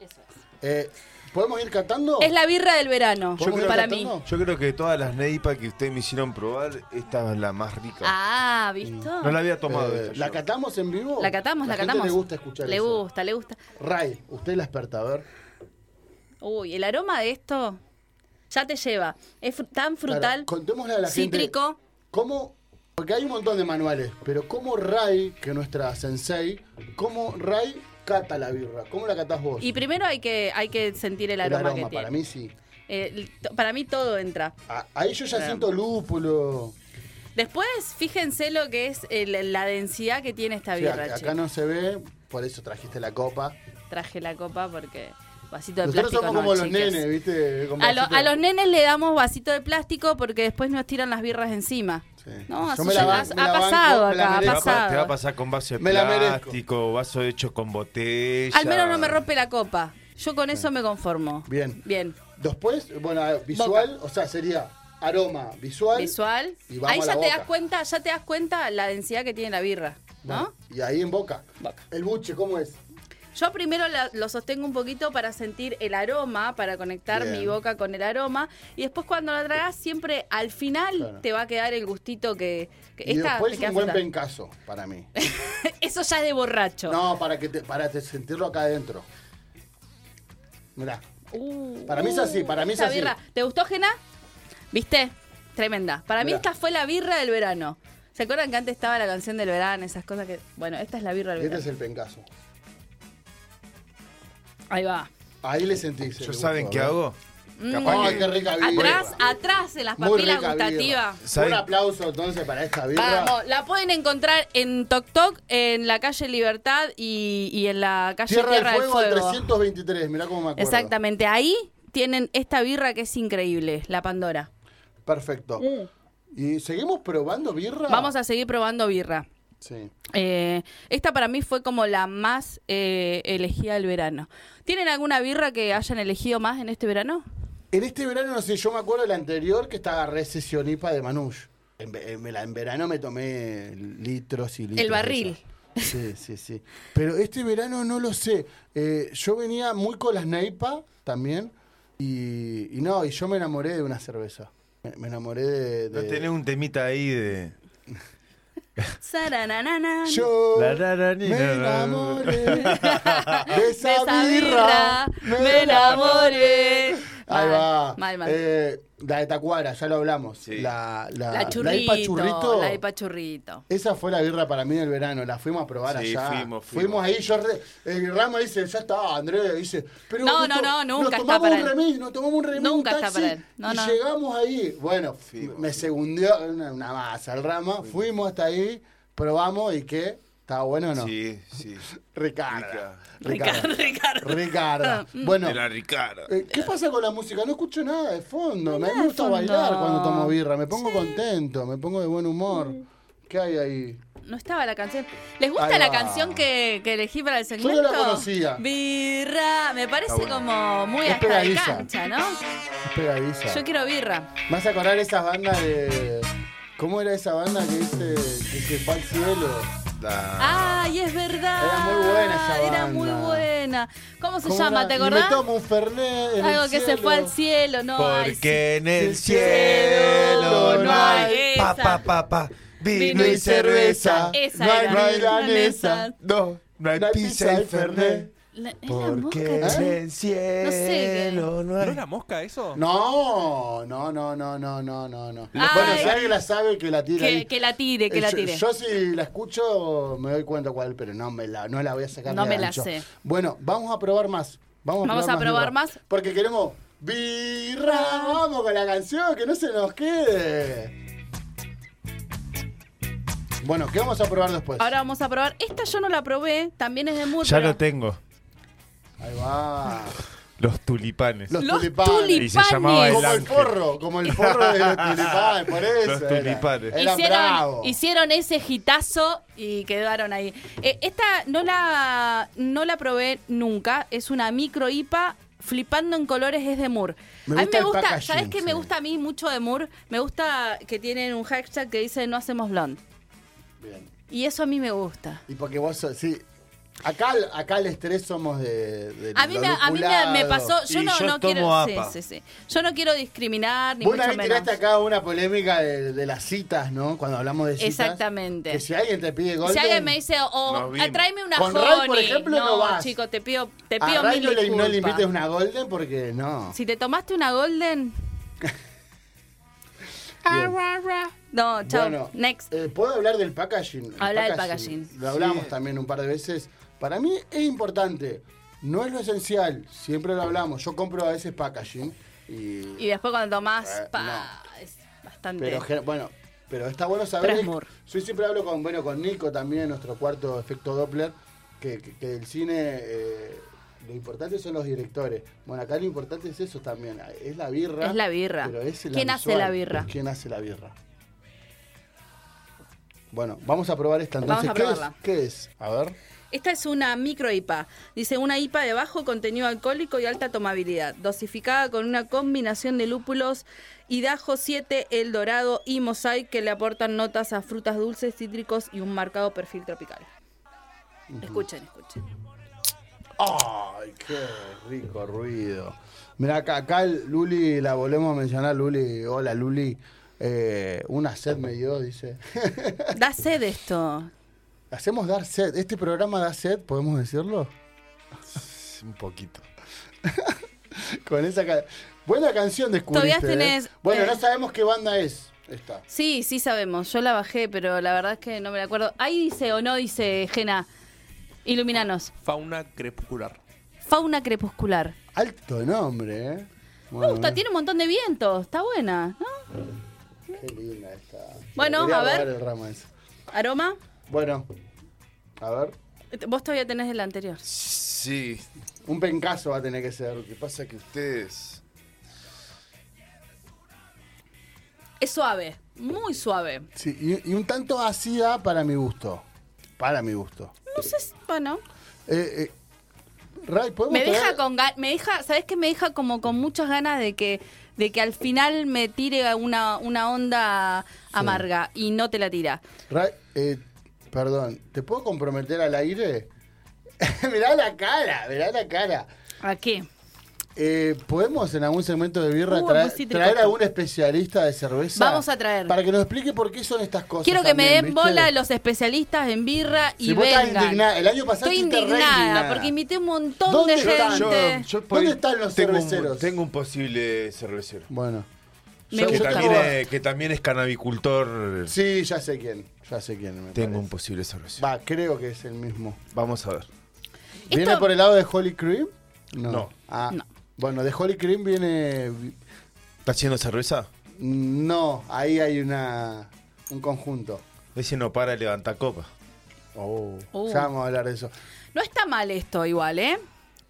Eso es. Eh, ¿Podemos ir cantando? Es la birra del verano, ¿Podemos ir para mí. cantando? Yo creo que de todas las neipas que ustedes me hicieron probar, esta es la más rica. Ah, ¿visto? No la había tomado. Eh, esta yo. ¿La catamos en vivo? La catamos, la, gente catamos. le gusta escuchar Le eso. gusta, le gusta. Ray, usted es la experta, a ver. Uy, el aroma de esto ya te lleva. Es fru- tan frutal, Claro, contémosle a la gente. cítrico. ¿Cómo? Porque hay un montón de manuales, pero ¿cómo Ray, que es nuestra sensei, cómo Ray cata la birra? ¿Cómo la catás vos? Y primero hay que, hay que sentir el El aroma, que tiene. para mí sí. Eh, el- to- para mí todo entra. A- ahí yo ya Claro. siento lúpulo. Después, fíjense lo que es el- la densidad que tiene esta Sí, birra. acá, che. acá no se ve, por eso trajiste la copa. Traje la copa porque vasito de Nosotros plástico. somos no, como los chiques. nenes, ¿viste? Como A, lo- vasito- a los nenes le damos vasito de plástico porque después nos tiran las birras encima. Sí. No, Yo así me ya la ha, ban- me la ha banco, pasado me la acá, ha te, va, merezco. a pa- te va a pasado. pasar con vaso de Me la merezco. plástico, vaso hecho con botella. Al menos no me rompe la copa. Yo con eso me conformo. Bien. Bien. Después, bueno, a ver, visual, o sea, sería aroma, visual. Visual. Y vamos Ahí a ya la te boca. das cuenta, ya te das cuenta la densidad que tiene la birra, ¿no? Bueno, Y ahí en boca. Boca. El buche, ¿cómo es? Yo primero la- lo sostengo un poquito para sentir el aroma, para conectar Bien. mi boca con el aroma. Y después cuando la tragas, siempre al final Claro. te va a quedar el gustito que... que y esta después te queda un buen frutal. pencazo para mí. Eso ya es de borracho. No, para que te, para te sentirlo acá adentro. Mirá. Uh, Para mí es así, para mí es esta así. birra. ¿Te gustó, Jena? ¿Viste? Tremenda. Para mí Mirá. esta fue la birra del verano. ¿Se acuerdan que antes estaba la canción del verano, esas cosas que... Bueno, esta es la birra del Y este verano. es el pencazo. Ahí va. Ahí le sentís. el ¿Yo gusto, saben qué ¿verdad? hago? Capaz Ay, que- qué rica birra. Mm. Atrás, atrás en las Muy papilas rica gustativas. birra. ¿Saben? Un aplauso entonces para esta birra. Vamos, la pueden encontrar en Tok Tok, en la calle Libertad y, y en la calle Tierra, Tierra, del Fuego, al del Fuego. 323, mirá cómo me acuerdo. Exactamente, ahí tienen esta birra que es increíble, la Pandora. Perfecto. ¿Y seguimos probando birra? Mm. Vamos a seguir probando birra. Sí. Eh, esta para mí fue como la más eh, elegida del verano. ¿Tienen alguna birra que hayan elegido más en este verano? En este verano, no sé, yo me acuerdo del anterior que estaba recesionipa de Manush. En, ve- en vela- en verano me tomé litros y litros. de barril. esas. Sí, sí, sí. Pero este verano no lo sé. Eh, yo venía muy con las Neipa también. Y, y no, y yo me enamoré de una cerveza. Me, me enamoré de. No de- tenés un temita ahí de. Saranana. Yo La, la, la, ni, me la, la, la. enamoré de esa, De esa birra birra. me enamoré. Ahí Mal, va. Mal, mal. Eh, la de Tacuara, ya lo hablamos. Sí. La, la, la La churrito. Ipa Churrito. La Ipa churrito. Esa fue la birra para mí del verano, la fuimos a probar Sí, allá. fuimos, fuimos. ahí, yo re- el Rama dice, ya está, Andrés, dice, pero No, Augusto, no, no, nunca nos está tomamos para un él. remis, nos tomamos un remis, Nunca un está taxi, para él. No, y no. llegamos ahí, bueno, me segundió una, una masa el Rama, fuimos. hasta ahí, probamos y qué, estaba bueno o no. Sí, sí. Ricarda. Ricardo, Ricarda. Ricardo. Ricarda. Mm. Bueno, De la Ricarda. eh, ¿qué pasa con la música? No escucho nada de fondo, me Nada de gusta fondo. bailar cuando tomo birra, me pongo contento, me pongo de buen humor. ¿Qué hay ahí? No estaba la canción. ¿Les gusta Ahí la va. canción que, que elegí para el no segmento? la conocía. Birra. Me parece Está bueno. como muy Es hasta de pegadiza. cancha, ¿no? Pegadiza. Yo quiero birra. Me vas a acordar esas bandas de. ¿Cómo era esa banda que dice que se fue al cielo? La- ¡Ay, es verdad! Era muy buena esa Era banda. muy buena. ¿Cómo se ¿Cómo llama? era? ¿Te Y acordás? Me tomo un Fernet. en el Algo que se cielo. fue al cielo, no hay. Porque en el cielo cielo no no hay hay cerveza. Pa, pa, pa, pa. Vino, Vino y cerveza. Esa no hay era. milanesa. No, no hay No hay pizza y pizza y fernet. La- es la mosca, Porque ¿Eh? en che. el cielo qué- no ¿No hay- era mosca eso? No, no, no, no, no, no, no, no. Ay. Bueno, si alguien la sabe, que la tire. ahí. Que, que la tire, Eh, que la Eh, Yo- tire. Yo, si la escucho me doy cuenta cuál, pero no me la, no la voy a sacar. No de me la gancho. sé. Bueno, vamos a probar más. Vamos a Vamos probar, a probar birra. más. Porque queremos birra. Vamos con la canción, que no se nos quede. Bueno, ¿qué vamos a probar después? Ahora vamos a probar. Esta yo no la probé, también es de Murcia. Ya lo tengo. Ahí va. Los tulipanes. Los, Los tulipanes. tulipanes. Y se llamaba Como el ángel. forro, como el forro de los tulipanes, por eso. Los era. tulipanes. Era bravo. Hicieron, hicieron ese gitazo y quedaron ahí. Eh, esta no la, no la probé nunca. Es una micro IPA flipando en colores es de Moore. Me a mí gusta me el gusta, packaging, ¿sabes qué me sí. gusta a mí mucho de Moore? Me gusta que tienen un hashtag que dice no hacemos blond. Bien. Y eso a mí me gusta. Y porque vos sos, sí. Acá, acá el estrés somos de. de A mí, lo me, a mí me, lupulado. me pasó, yo Y no, yo no tomo quiero, sí, APA. sí, sí. yo no quiero discriminar ni Vos una mucho vez menos. tiraste acá una polémica de, de las citas, ¿no? Cuando hablamos de citas. Exactamente. Que si alguien te pide golden. Si alguien me dice, oh, Nos vimos. ah, tráeme una Con Honey. Ray, por ejemplo, no no, vas. chico, te pido, te a pido Ray mil no le, no le disculpas. invites una golden porque no. Si te tomaste una Golden. no, chao. Bueno, Ah, Next. eh, ¿Puedo hablar del packaging? El Habla del packaging. Lo hablamos también un par de veces. Para mí es importante. No es lo esencial. Siempre lo hablamos. Yo compro a veces packaging. Y Y después cuando tomás, Eh, pa, es bastante. Pero gen- bueno, pero está bueno saber. Pero es que- Moore. yo siempre hablo con bueno con Nico también, nuestro cuarto efecto Doppler, que, que- que el cine eh, lo importante son los directores. Bueno, acá lo importante es eso también, es la birra. Es la birra. pero es la ¿Quién hace visual. la birra? ¿Quién hace la birra? Bueno, vamos a probar esta Vamos entonces. a ¿Qué es? probarla. ¿Qué es? A ver. Esta es una micro IPA. Dice una IPA de bajo contenido alcohólico y alta tomabilidad, dosificada con una combinación de lúpulos Hidajo 7, El Dorado y Mosaic que le aportan notas a frutas dulces, cítricos y un marcado perfil tropical. Escuchen, escuchen. ¡Ay, qué rico ruido! Mira, acá, acá el Luli, la volvemos a mencionar, Luli. Hola, Luli. Eh, una sed me dio, dice. Da sed esto. Hacemos dar sed. ¿Este programa da sed, podemos decirlo? Un poquito. Con esa ca- buena canción descubriste. Todavía tenés, ¿eh? Bueno, eh, no sabemos qué banda es esta. Sí, sí sabemos. Yo la bajé, pero la verdad es que no me la acuerdo. Ahí dice o no dice Jena. Iluminanos. Fauna crepuscular. Fauna crepuscular. Alto nombre, ¿eh? Me Bueno, gusta, eh, tiene un montón de viento. Está buena, ¿no? Qué linda esta. Bueno, Quería a ver. robar el ramo ese. Aroma. este, Bueno, a ver. Vos todavía tenés el anterior. Sí, Un pencazo va a tener que ser. lo que pasa es que ustedes. Es suave, muy suave. Sí, y, y un tanto ácida para mi gusto. Para mi gusto. No sé, si- bueno. Eh, eh, Ray, ¿podemos Me deja traer- con ga- me deja, ¿sabes qué? Me deja como con muchas ganas de que de que al final me tire una, una onda amarga y no te la tira. Ra- eh, perdón, ¿te puedo comprometer al aire? mirá la cara, mirá la cara. ¿A qué? Eh, ¿Podemos en algún segmento de birra Uh, traer- muy cítrico traer a esto. algún especialista de cerveza? Vamos a traer. Para que nos explique por qué son estas cosas. Quiero que me también, den ¿viste? bola los especialistas en birra y Si vos estás vengan. indignada, el año pasado Estoy estuviste re indignada. indignada porque invité un montón ¿Dónde de están? gente. Yo- ¿Dónde están los tengo cerveceros? Un, tengo un posible cervecero. Bueno. Me Yo- Que yo gusta. también, estaba- es, que también es canabicultor. Sí, ya sé quién. Ya sé quién. me Tengo un parece. posible cervecero. Va, creo que es el mismo. Vamos a ver. ¿Viene Esto- por el lado de Holy Cream? No. Ah, Bueno, de Holy Cream viene. ¿Está haciendo cerveza? No, ahí hay una un conjunto. Ese no para de levantar copa. Uh. Oh. Ya vamos a hablar de eso. No está mal esto igual, ¿eh?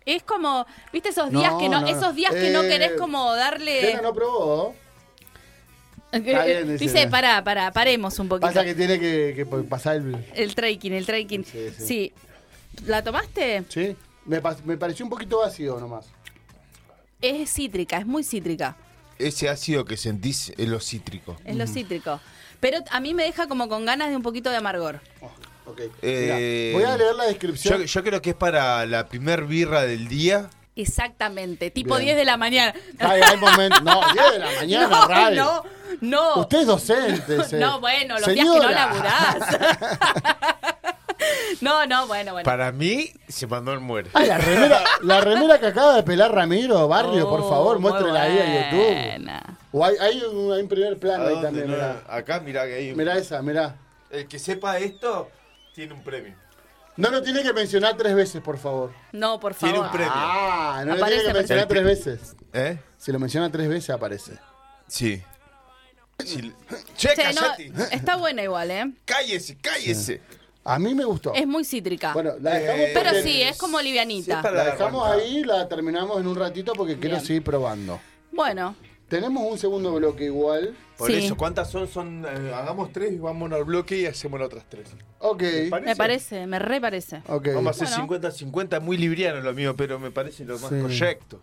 Es como, ¿viste esos días No, que no, no, no. esos días que no Eh, querés como darle Jena no probó. Está bien, dice. Dice, pará, pará, paremos un poquito. Pasa que tiene que, que pasar el. El trekking, el trekking. Sí, Sí, sí. ¿La tomaste? Sí. Me, pas- me pareció un poquito vacío nomás. Es cítrica, es muy cítrica. Ese ácido que sentís es lo cítrico. Es Mm. lo cítrico. Pero a mí me deja como con ganas de un poquito de amargor. Oh, ok. Eh, Mirá, voy a leer la Yo, descripción. yo creo que es para la primer birra del día. Exactamente, tipo Bien. 10 de la mañana. Ay, hay momento. No, 10 de la mañana, no, Ray. no, No. Usted es docente. se- No, bueno, los días que no Señora. laburás. no, no, bueno, bueno. Para mí, se mandó el muere. Ay, la remera, la remera que acaba de pelar Ramiro, Barrio, por Oh, favor, muy muéstrela ahí a YouTube. buena. O hay, hay un, hay un primer plano Ah, ahí también, mirá. Acá, mirá que hay. Mirá esa, mirá. El que sepa esto tiene un premio. No lo tiene que mencionar tres veces, por favor. No, por Tiene un favor. premio. Ah, no lo Aparece, tiene que mencionar tres veces. ¿Eh? Si lo menciona tres veces, aparece. Sí. Sí. Che, Che, no, cállate. está buena igual, ¿eh? Cállese, cállese. A mí me gustó. Es muy cítrica. Bueno, eh, la dejamos, pero porque- sí, eh. es como livianita. Eh, para- la dejamos ahí, la terminamos en un ratito porque quiero Bien. seguir probando. Bueno, Tenemos un segundo bloque igual. Por Sí. eso, ¿cuántas son? son eh, hagamos tres y vamos al bloque y hacemos las otras tres. Ok. me parece, me re parece. Ok. Vamos a Bueno. hacer 50-50, muy libriano lo mío, pero me parece lo más Sí. correcto.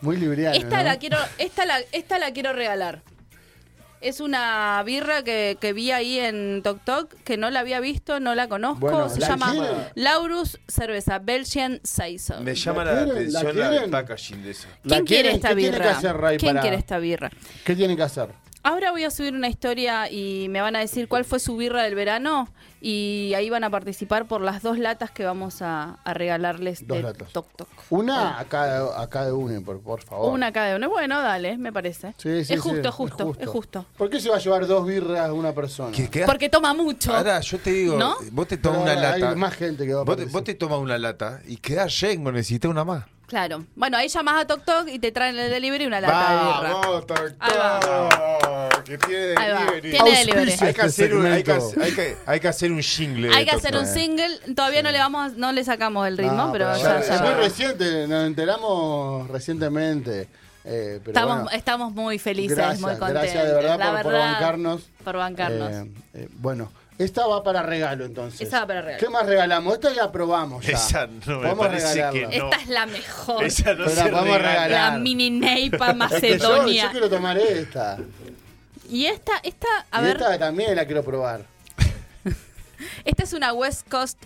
Muy libriano. Esta ¿no? la quiero, esta la, esta la quiero regalar. Es una birra que, que vi ahí en Tok Tok, que no la había visto, no la conozco. Bueno, Se ¿la llama quieren? Laurus Cerveza Belgian Saison. Me llama ¿La la, quieren? ¿La atención la, quieren? del packaging de esa. ¿La ¿Quién quiere quieren? esta ¿Qué birra? tiene que hacer, Ray, ¿Quién para- quiere esta birra? ¿Qué tienen que hacer? Ahora voy a subir una historia y me van a decir cuál fue su birra del verano y ahí van a participar por las dos latas que vamos a, a regalarles Dos de latas. Tok Tok. Una a cada, a cada uno, por, por favor. Una cada uno. Bueno, dale, me parece. Sí, sí, es, sí, justo, es justo, es justo. ¿Por qué se va a llevar dos birras una persona? Porque toma mucho. Ahora, yo te digo, ¿No? vos te tomas Pero una ahora hay lata. más gente que va a vos, te, aparecer. vos te tomas una lata y quedás lleno, necesitas una más. Claro. Bueno, ahí llamas a Tok Tok y te traen el delivery y una lata de birra. Vamos, Ahí doctor. Que tiene Ahí va. delivery. Tiene delivery. Hay que, hacer un, hay, que, segmento. hay que- hay que hacer un jingle. Hay de que hacer Doctor. un single. Todavía no le vamos, a- no le sacamos el ritmo, No, pero pero ya, es- ya Es muy va. reciente, nos enteramos recientemente. eh, pero Estamos, bueno, estamos muy felices, gracias, muy contentos. Gracias de verdad, La por, por verdad, bancarnos. Por bancarnos. Eh, eh, bueno, esta va para regalo entonces. Esta va para regalo. ¿Qué más regalamos? Esta ya probamos. Ya. Esa no me Podemos parece que regalarla. Esta es la mejor. Esa no Pero se vamos a regala. regalar. La mini neipa Yo, yo Macedonia. quiero tomar esta. Y esta, esta, a y ver, esta también la quiero probar. esta es una West Coast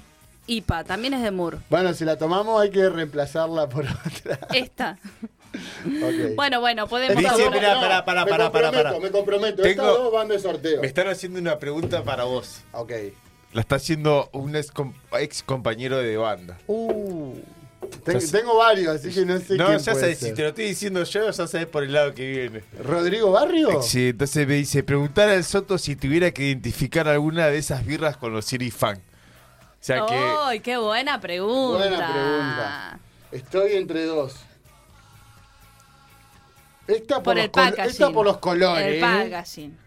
IPA, también es de Moore. Bueno, si la tomamos hay que reemplazarla por otra. Esta. Ok. Bueno, bueno, podemos Dice, hablar. mirá, No, pará, pará, me pará, pará, comprometo, pará. Me comprometo, Tengo- estas dos van de sorteo. Me están haciendo una pregunta para vos. Ok. La está haciendo un ex, com- ex compañero de banda. Uh, ten- Estás- tengo varios, así que no sé no, quién ya puede sabes, si ser. te lo estoy diciendo yo, ya sabes por el lado que viene. ¿Rodrigo Barrio? Sí, entonces me dice, preguntar al Soto si tuviera que identificar alguna de esas birras con los Siri Fan. O sea que... Oh. ¡Ay, qué buena pregunta! Buena pregunta. Estoy entre dos. Esta por, Por los el col- packaging. Esta por los colores. ¿eh? El packaging.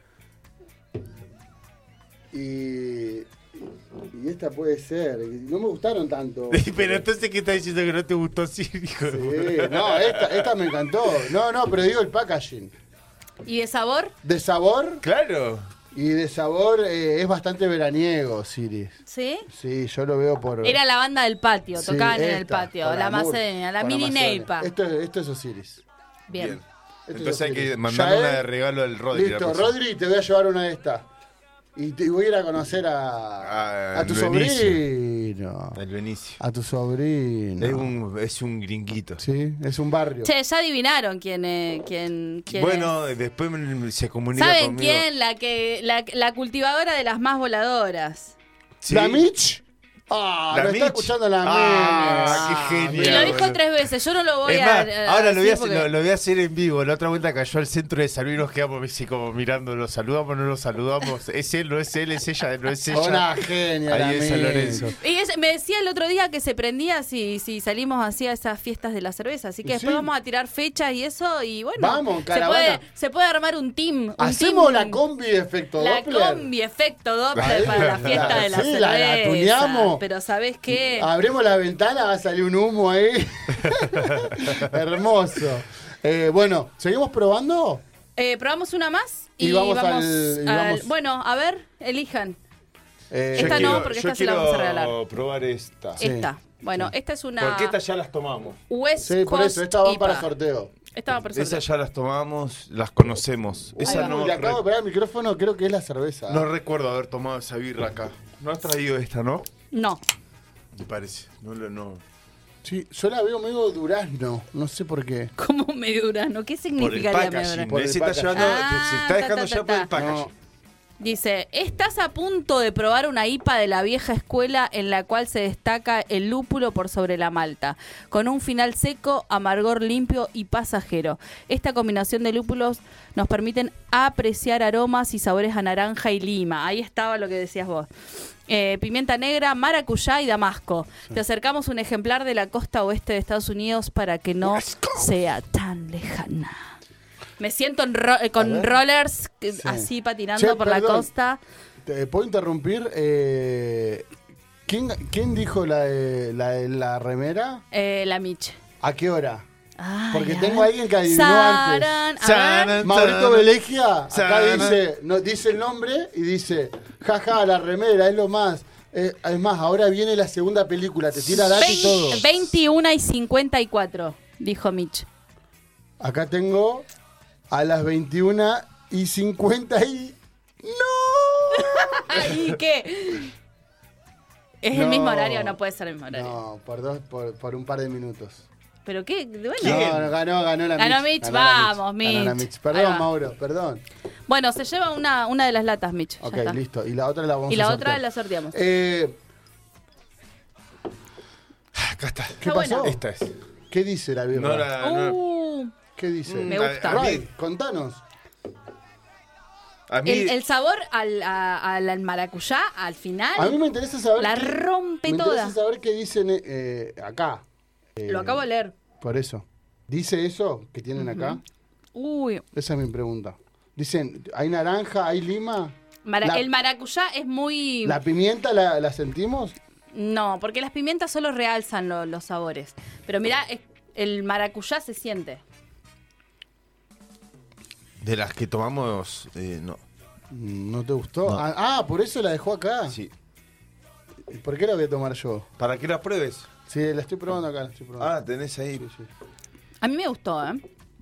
Y, y esta puede ser. No me gustaron tanto. Pero este entonces, ¿qué estás diciendo que no te gustó Siri? hijo de puta? Sí, no, esta, esta me encantó. No, no, pero digo el packaging. ¿Y de sabor? De sabor, Claro. y de sabor eh, es bastante veraniego, Siris. ¿Sí? Sí, yo lo veo por... Era la banda del patio, Sí, tocaban en el esta, patio, con la amor, Macedonia, la con Este, mini Amazonia. neipa. Esto, es- esto es Osiris. Bien. Esto Entonces es hay que Osiris. mandar Ya una es- de regalo al Rodri. la Listo, próxima. Rodri, te voy a llevar una de estas. Y, te- y voy a ir a conocer a, A a tu Benicio. sobrino. Al Benicio. A tu sobrino. Es un, es un gringuito. Sí, es un barrio. Che, ya adivinaron quién, eh, quién, quién es. Bueno, después me- se comunica ¿Saben conmigo. quién? La que la, la cultivadora de las más voladoras. Sí. ¿La Mitch? Ah, ¿La lo está Mitch? escuchando la Ah, Mitch. qué Mitch. Y lo Mira, dijo bueno. tres veces, yo no lo voy Es a, más, a ahora lo voy, a decir hacer, porque- lo, lo voy a hacer en vivo. La otra vuelta cayó al centro de San Luis, nos quedamos así como mirando, lo saludamos, no lo saludamos. Es él, no es él, es ella, no es ella. Una genia, la Ahí es San Mitch. Lorenzo. Y es- me decía el otro día que se prendía si, si salimos así a esas fiestas de la cerveza. Así que Y después sí. vamos a tirar fechas y eso. Y bueno, Vamos, se, caravana. puede, se puede armar un team. un Hacemos team- la combi de efecto La Doppler. combi efecto Doppler Ahí, para la claro. fiesta de la Sí, la ah. cerveza. gatuneamos. Pero ¿sabés qué? Abrimos la ventana, va a salir un humo ahí. Hermoso. Eh, bueno, ¿seguimos probando? Eh, probamos una más y, Y vamos al- al, y vamos- Bueno, a ver, elijan. Eh, Esta Quiero- no, porque yo esta se la vamos a quiero regalar. probar esta. Sí. Esta. Bueno, esta es una Porque estas ya las tomamos. West Sí, por Coast eso, esta va IPA. para sorteo. Esta va para sorteo. Esas ya las tomamos, las conocemos. Esa Uy, no, le acabo de re- pegar el micrófono, creo que es la cerveza. no recuerdo haber tomado esa birra acá. No has traído esta, ¿no? No. Me parece. No, lo- no. Sí, yo la veo medio durazno, no sé por qué. ¿Cómo me durazno? Por ¿Qué el significaría packaging. medurano? Por Él el se está, packaging. llevando- Ah, se está dejando ta, ta, ya por el ta, ta. packaging. Dice, estás a punto de probar una IPA de la vieja escuela en la cual se destaca el lúpulo por sobre la malta, con un final seco, amargor limpio y pasajero. Esta combinación de lúpulos nos permiten apreciar aromas y sabores a naranja y lima. Ahí estaba lo que decías vos. Eh, pimienta negra, maracuyá y damasco. Te acercamos un ejemplar de la costa oeste de Estados Unidos para que no sea tan lejana. Me siento en ro- eh, A con ver. rollers que- Sí. así patinando Che, por la perdón. costa. ¿Te puedo interrumpir? Eh, ¿quién, quién dijo la de la, de la remera? Eh, la Miche. ¿A qué hora? Ay, Porque a tengo ver. alguien que adivinó Saran, antes. a ver. Saran. Maurito Belegia acá Sana. dice, no, dice el nombre y dice, jaja, la remera es lo más. Eh, es más, ahora viene la segunda película, te tira data y todo. Vein- 21 y 54, dijo Mitch. Acá tengo a las 21 y 50 y... ¿Y qué? ¿Es el No. mismo horario no puede ser el mismo horario? No, por, dos, por, por un par de minutos. ¿Pero qué? Bueno. No, no, ganó, ganó la Ganó Mitch. Mitch, la vamos, Ganó la Mitch. Ahí va. Perdón, Mauro, perdón. Bueno, se lleva una, una de las latas, Mitch. Ya Ok, está. listo. Y la otra la vamos Y la a otra sortear. la sorteamos. Eh, Acá está. ¿Qué Está pasó? buena. Esta es. ¿Qué dice la birra? No la. no- Uh, ¿Qué dice? me a- gusta. a mí- Ray, contanos. A mí, el, el sabor al, a- al- al maracuyá al final. A mí me interesa saber. La qué- rompe me toda. interesa saber qué dicen eh, acá. Lo acabo de leer. Por eso. ¿Dice eso que tienen acá? Uy, Esa es mi pregunta. Dicen, ¿hay naranja? ¿Hay lima? mara- La- el maracuyá es muy... ¿La pimienta la, la sentimos? No, porque las pimientas solo realzan lo- los sabores. Pero mira, el maracuyá se siente. De las que tomamos, eh, no. ¿No te gustó? No. Ah, ah, por eso la dejó acá. Sí. ¿Por qué la voy a tomar yo? Para que la pruebes. Sí, la estoy probando acá. La estoy probando. Ah, tenés ahí. A mí me gustó, ¿eh?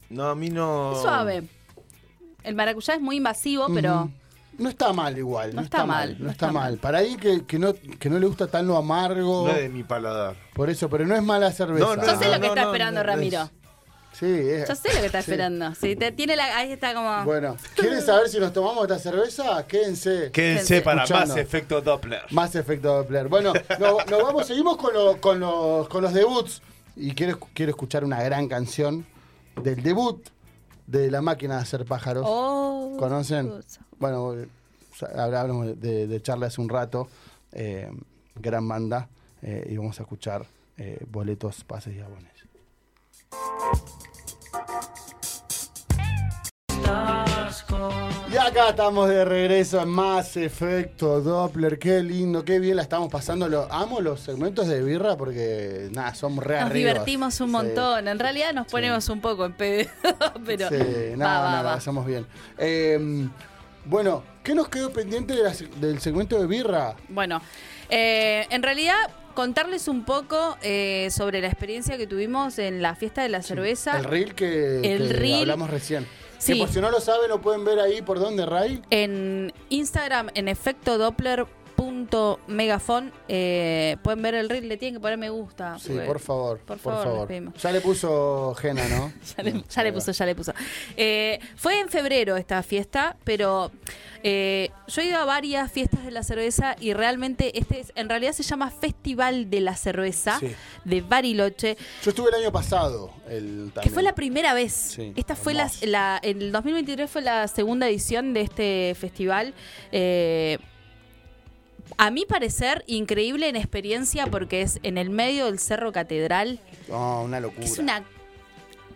No, a mí no. Es Oh. suave. El maracuyá es muy invasivo, pero... No está mal igual. No, está mal, No está mal. Para alguien que, que no, que no le gusta tan lo amargo. No es de mi paladar. Por eso, pero no es mala cerveza. Ah, No, Yo sé lo no, que está no, esperando, no, no Ramiro. Sí, es- Yo sé lo que está sí. esperando. Sí, te, tiene la, ahí está como... Bueno, ¿quieren saber si nos tomamos esta cerveza? Quédense. Quédense para Escuchando. más efecto Doppler. Más efecto Doppler. Bueno, no- nos vamos, seguimos con, lo- con los, con los debuts. Y quiero, escu- quiero escuchar una gran canción del debut de La Máquina de Hacer Pájaros. Oh, ¿Conocen? cosa. Bueno, eh, hablamos de, de Charla hace un rato. eh, gran banda. eh, y vamos a escuchar eh, Boletos, Pases y Abones. Y acá estamos de regreso en Más Efecto Doppler. Qué lindo, qué bien la estamos pasando. Lo- amo los segmentos de birra porque, nada, somos re Nos arribas. divertimos un Sí. montón. En realidad nos ponemos un poco en pedo, pero... Sí, va, nada, va, nada, va. pasamos bien. Eh, bueno, ¿qué nos quedó pendiente de la se- del segmento de birra? Bueno, eh, en realidad contarles un poco eh, sobre la experiencia que tuvimos en la fiesta de la cerveza. El reel que, El que reel. hablamos recién. Sí. Que por si no lo saben, lo pueden ver ahí por dónde, Ray. En Instagram, en efecto Doppler. Eh, pueden ver el reel, le tienen que poner me gusta. Sí, porque- por favor. Por favor, les pedimos. Ya le puso Jena, ¿no? Ya le, ya le puso, ya le puso. Eh, fue en febrero esta fiesta, pero eh, yo he ido a varias fiestas de la cerveza y realmente este es- en realidad se llama Festival de la Cerveza Sí. de Bariloche. Yo estuve el año pasado. El, Que también. fue la primera vez. Sí, Esta fue la, hermoso. la. El 2023 fue la segunda edición de este festival. Eh, a mi parecer, increíble en experiencia porque es en el medio del Cerro Catedral. No, Ah, una locura. que es una.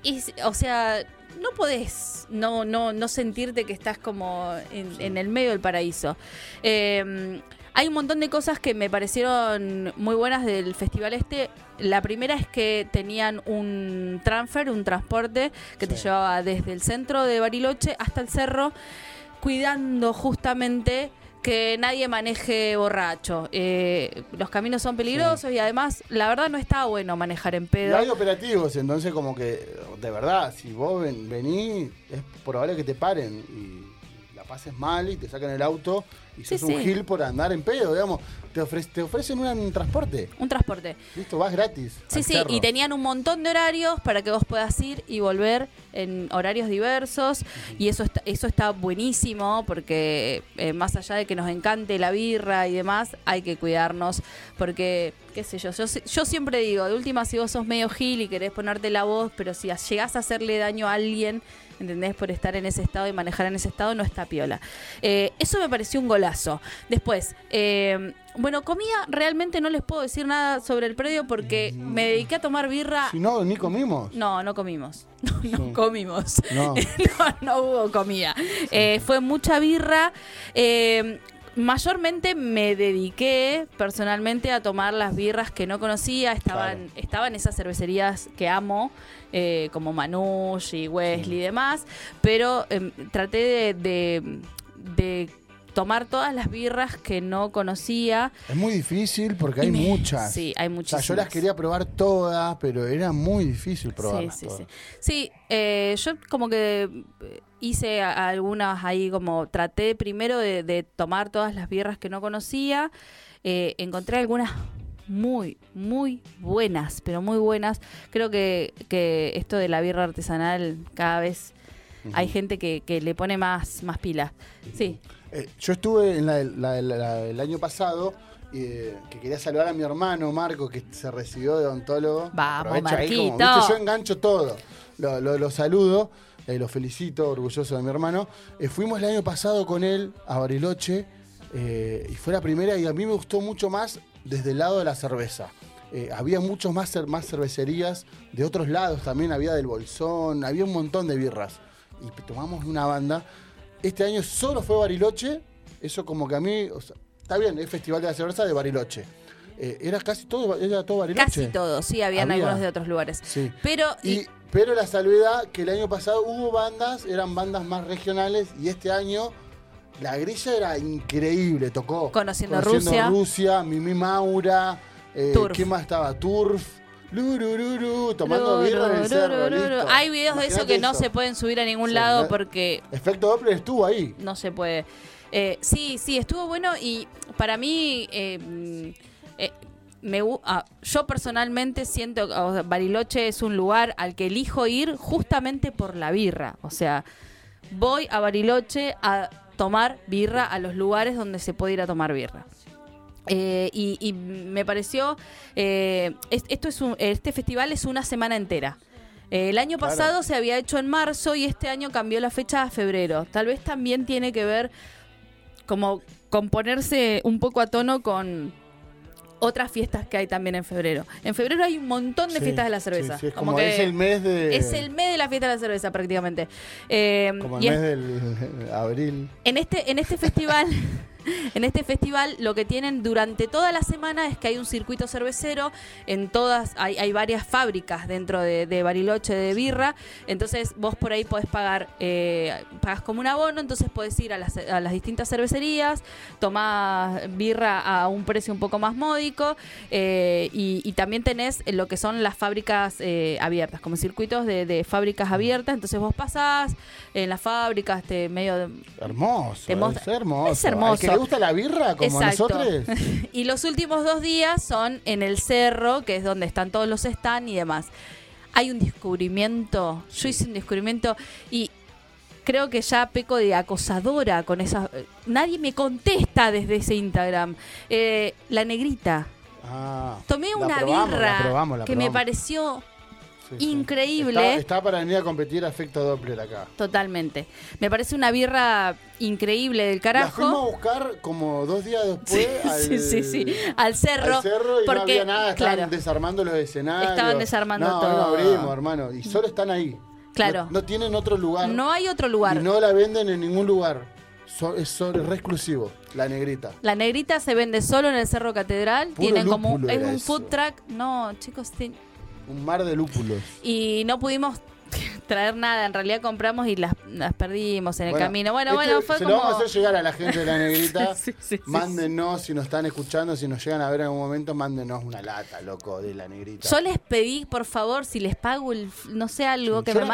es- o sea, no podés no, no, no sentirte que estás como en, en el medio del paraíso. Eh, hay un montón de cosas que me parecieron muy buenas del festival este. La primera es que tenían un transfer, un transporte que te Sí. llevaba desde el centro de Bariloche hasta el cerro, cuidando justamente que nadie maneje borracho. Eh, los caminos son peligrosos y además, la verdad, no está bueno manejar en Y pedo. hay operativos, entonces como que, de verdad, si vos ven- venís, es probable que te paren y la pases mal y te sacan el auto y Sí, sos un sí. gil por andar en pedo, digamos. Te, ofre- te ofrecen un transporte, Un transporte. listo, vas gratis. Sí, al sí, cerro. y tenían un montón de horarios para que vos puedas ir y volver en horarios diversos. Y eso está, eso está buenísimo porque eh, más allá de que nos encante la birra y demás, hay que cuidarnos porque, qué sé yo, yo, si- yo siempre digo, de última si vos sos medio gil y querés ponerte la voz, pero si a- llegás a hacerle daño a alguien, ¿entendés? Por estar en ese estado y manejar en ese estado, no está piola. Eh, eso me pareció un golazo. Después, eh, bueno, comida realmente no les puedo decir nada sobre el predio porque me dediqué a tomar birra. Si no, ni comimos. No, no comimos. No, no comimos. No. No. no hubo comida. Eh, fue mucha birra. Eh, mayormente me dediqué personalmente a tomar las birras que no conocía. Estaban, estaban esas cervecerías que amo, eh, como Manush y Wesley y demás. Pero em, traté de- de- de tomar todas las birras que no conocía. Es muy difícil porque hay Y me- muchas. Sí, hay O sea, muchísimas. yo las quería probar todas, pero era muy difícil Sí, probarlas. sí, todas. sí. Sí, eh, yo como que eh, hice a- a algunas ahí como traté primero de, de tomar todas las birras que no conocía. Eh, encontré algunas muy, muy buenas, pero muy buenas. Creo que, que esto de la birra artesanal cada vez hay gente que, que le pone más, más pilas. Sí, Eh, yo estuve en la, del- la del- la del año pasado eh, que quería saludar a mi hermano Marco, que se recibió de odontólogo. Vamos, Aprovecho ahí como, Marquito. ¿viste? Yo engancho todo. Lo, lo- lo saludo, eh, lo felicito, orgulloso de mi hermano. Eh, fuimos el año pasado con él a Bariloche eh, y fue la primera y a mí me gustó mucho más desde el lado de la cerveza. Eh, había muchos más, cer- más cervecerías de otros lados también, había del Bolsón, había un montón de birras. Y tomamos una banda. Este año solo fue Bariloche, eso como que a mí, o sea, está bien, es Festival de la Cerveza de Bariloche. Eh, era casi todo, era todo Bariloche. casi todos, sí, habían Había. algunos de otros lugares. Sí. Pero y- Y, pero la salvedad que el año pasado hubo bandas, eran bandas más regionales y este año la grilla era increíble, tocó. Conociendo Rusia. Rusia, Mimi Maura, eh, Turf. ¿qué más estaba? Turf. Lurururu, tomando birra en el cerro, listo. Hay videos de eso Imagínate que no se pueden subir a ningún Sí, lado no- porque Efecto Doppler estuvo ahí. no se puede. Eh, sí, sí, estuvo bueno y para mí, eh, mm, eh, me, gu- ah, yo personalmente siento que o sea, Bariloche es un lugar al que elijo ir justamente por la birra. O sea, voy a Bariloche a tomar birra a los lugares donde se puede ir a tomar birra. Eh, y, y me pareció, eh, es- esto es un- este festival es una semana entera. Eh, el año pasado se había hecho en marzo y este año cambió la fecha a febrero. Tal vez también tiene que ver como con ponerse un poco a tono con otras fiestas que hay también en febrero. En febrero hay un montón de Sí, fiestas de la sí, cerveza. sí, es Como como que es el mes de. es el mes de la fiesta de la cerveza prácticamente. Eh, Como y el es- mes del abril. en este, en este festival, en este festival, lo que tienen durante toda la semana es que hay un circuito cervecero, en todas, hay, hay varias fábricas dentro de, de Bariloche de birra. Entonces vos por ahí podés pagar, eh, pagás como un abono, entonces podés ir a las, a las distintas cervecerías, tomás birra a un precio un poco más módico, eh, y, y también tenés lo que son las fábricas eh, abiertas, como circuitos de, de fábricas abiertas. Entonces vos pasás en las fábricas, te medio Hermoso. Te mostra- es hermoso. es hermoso. Al que le gusta la birra, como a Exacto. nosotros. Y los últimos dos días son en el cerro, que es donde están todos los stand y demás. Hay un descubrimiento, yo hice un descubrimiento y creo que ya peco de acosadora con esas... Nadie me contesta desde ese Instagram. Eh, la negrita. Ah, Tomé la una probamos, la birra probamos, la que me probamos. pareció Sí, sí. increíble. Está, está para venir a competir a efecto Doppler acá. Totalmente. Me parece una birra increíble del La fuimos a carajo. buscar como dos días después Sí, al, sí, sí, sí. Al cerro. al cerro y no porque, había nada. Estaban claro. desarmando los escenarios. Estaban desarmando no, No, todo. abrimos, hermano. Y solo están ahí. Claro. No, no tienen otro lugar. No hay otro lugar. Y no la venden en ningún lugar. So- es solo- es re exclusivo, la negrita. La negrita se vende solo en el Cerro Catedral. Puro Tienen como un, lúpulo es era un eso. food truck. No, chicos, ti- Un mar de lúpulos. y no pudimos traer nada. En realidad compramos y las, las perdimos en el Bueno, camino. Bueno, este bueno, fue se como. lo vamos a hacer llegar a la gente de la negrita. Sí, sí, sí, mándenos, si nos están escuchando, si nos llegan a ver en algún momento, mándenos una lata, loco, de la negrita. Yo les pedí, por favor, si les pago el, no sé, algo que Yo me la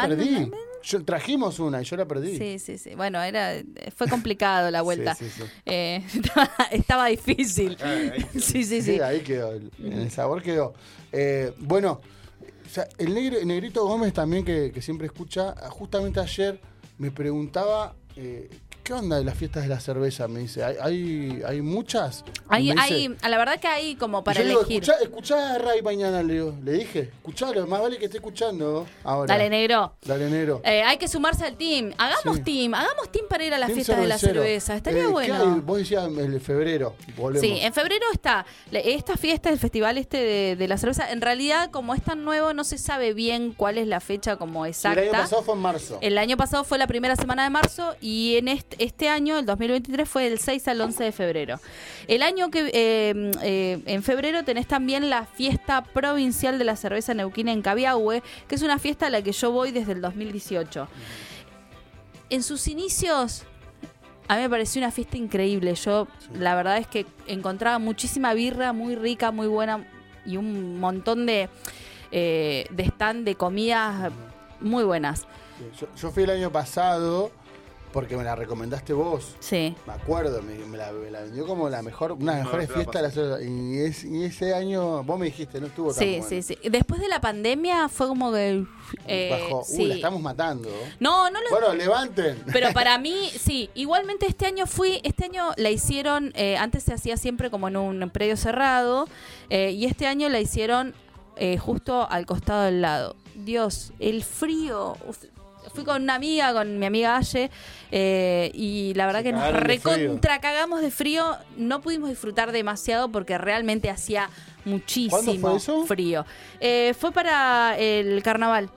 perdí. manden. Yo, trajimos una y yo la perdí. Sí, sí, sí. Bueno, era, fue complicado la vuelta. sí, sí. Eh, estaba, estaba difícil. Sí, sí, sí. ahí quedó. el- En el sabor quedó. Eh, bueno, o sea, el, negro, el Negrito Gómez también, que, que siempre escucha, ah, justamente ayer me preguntaba. eh, ¿Qué onda de las fiestas de la cerveza? Me dice, ¿hay, hay, hay muchas? Hay, Me dice- hay, la verdad que hay como para yo le digo, elegir. Escuchá, escuchá a Ray mañana, le digo. Le dije, escuchalo, más vale que esté escuchando ahora. Dale, negro. Dale, negro. Eh, hay que sumarse al team. Hagamos Sí. team. Hagamos team para ir a las Team fiestas de la cervecero. cerveza. Estaría Eh, ¿qué hay? bueno. Vos decías el de febrero, volvemos. Sí, en febrero está la- esta fiesta, el festival este de, de la cerveza. En realidad, como es tan nuevo, no se sabe bien cuál es la fecha como exacta. El año pasado fue en marzo. El año pasado fue la primera semana de marzo y en este, este año, el 2023, fue del 6 al 11 de febrero. El año que eh, eh, en febrero tenés también la fiesta provincial de la cerveza neuquina en Cabiahue, que es una fiesta a la que yo voy desde el 2018. En sus inicios, a mí me pareció una fiesta increíble. Yo, la verdad es que encontraba muchísima birra, muy rica, muy buena y un montón de, eh, de stand de comidas muy buenas. Yo, yo fui el año pasado porque me la recomendaste vos. Sí. Me acuerdo, me, me la, me la vendió como la mejor, una de las mejores fiestas de la cerveza. Y, es- y ese año, vos me dijiste, no estuvo tan Sí, bueno. sí, sí. Después de la pandemia fue como que. eh, Bajó. Uh, sí. la estamos matando. No, no lo. Bueno, levanten. Pero para mí, sí. Igualmente este año fui. Este año la hicieron. eh, antes se hacía siempre como en un predio cerrado. eh, y este año la hicieron eh, justo al costado del lado. Dios, el frío. Uf, Fui con una amiga, con mi amiga Aye, eh, y la verdad Se que nos cagaron de frío. recontra cagamos de frío. No pudimos disfrutar demasiado porque realmente hacía muchísimo fue eso? frío. Eh, fue para el carnaval.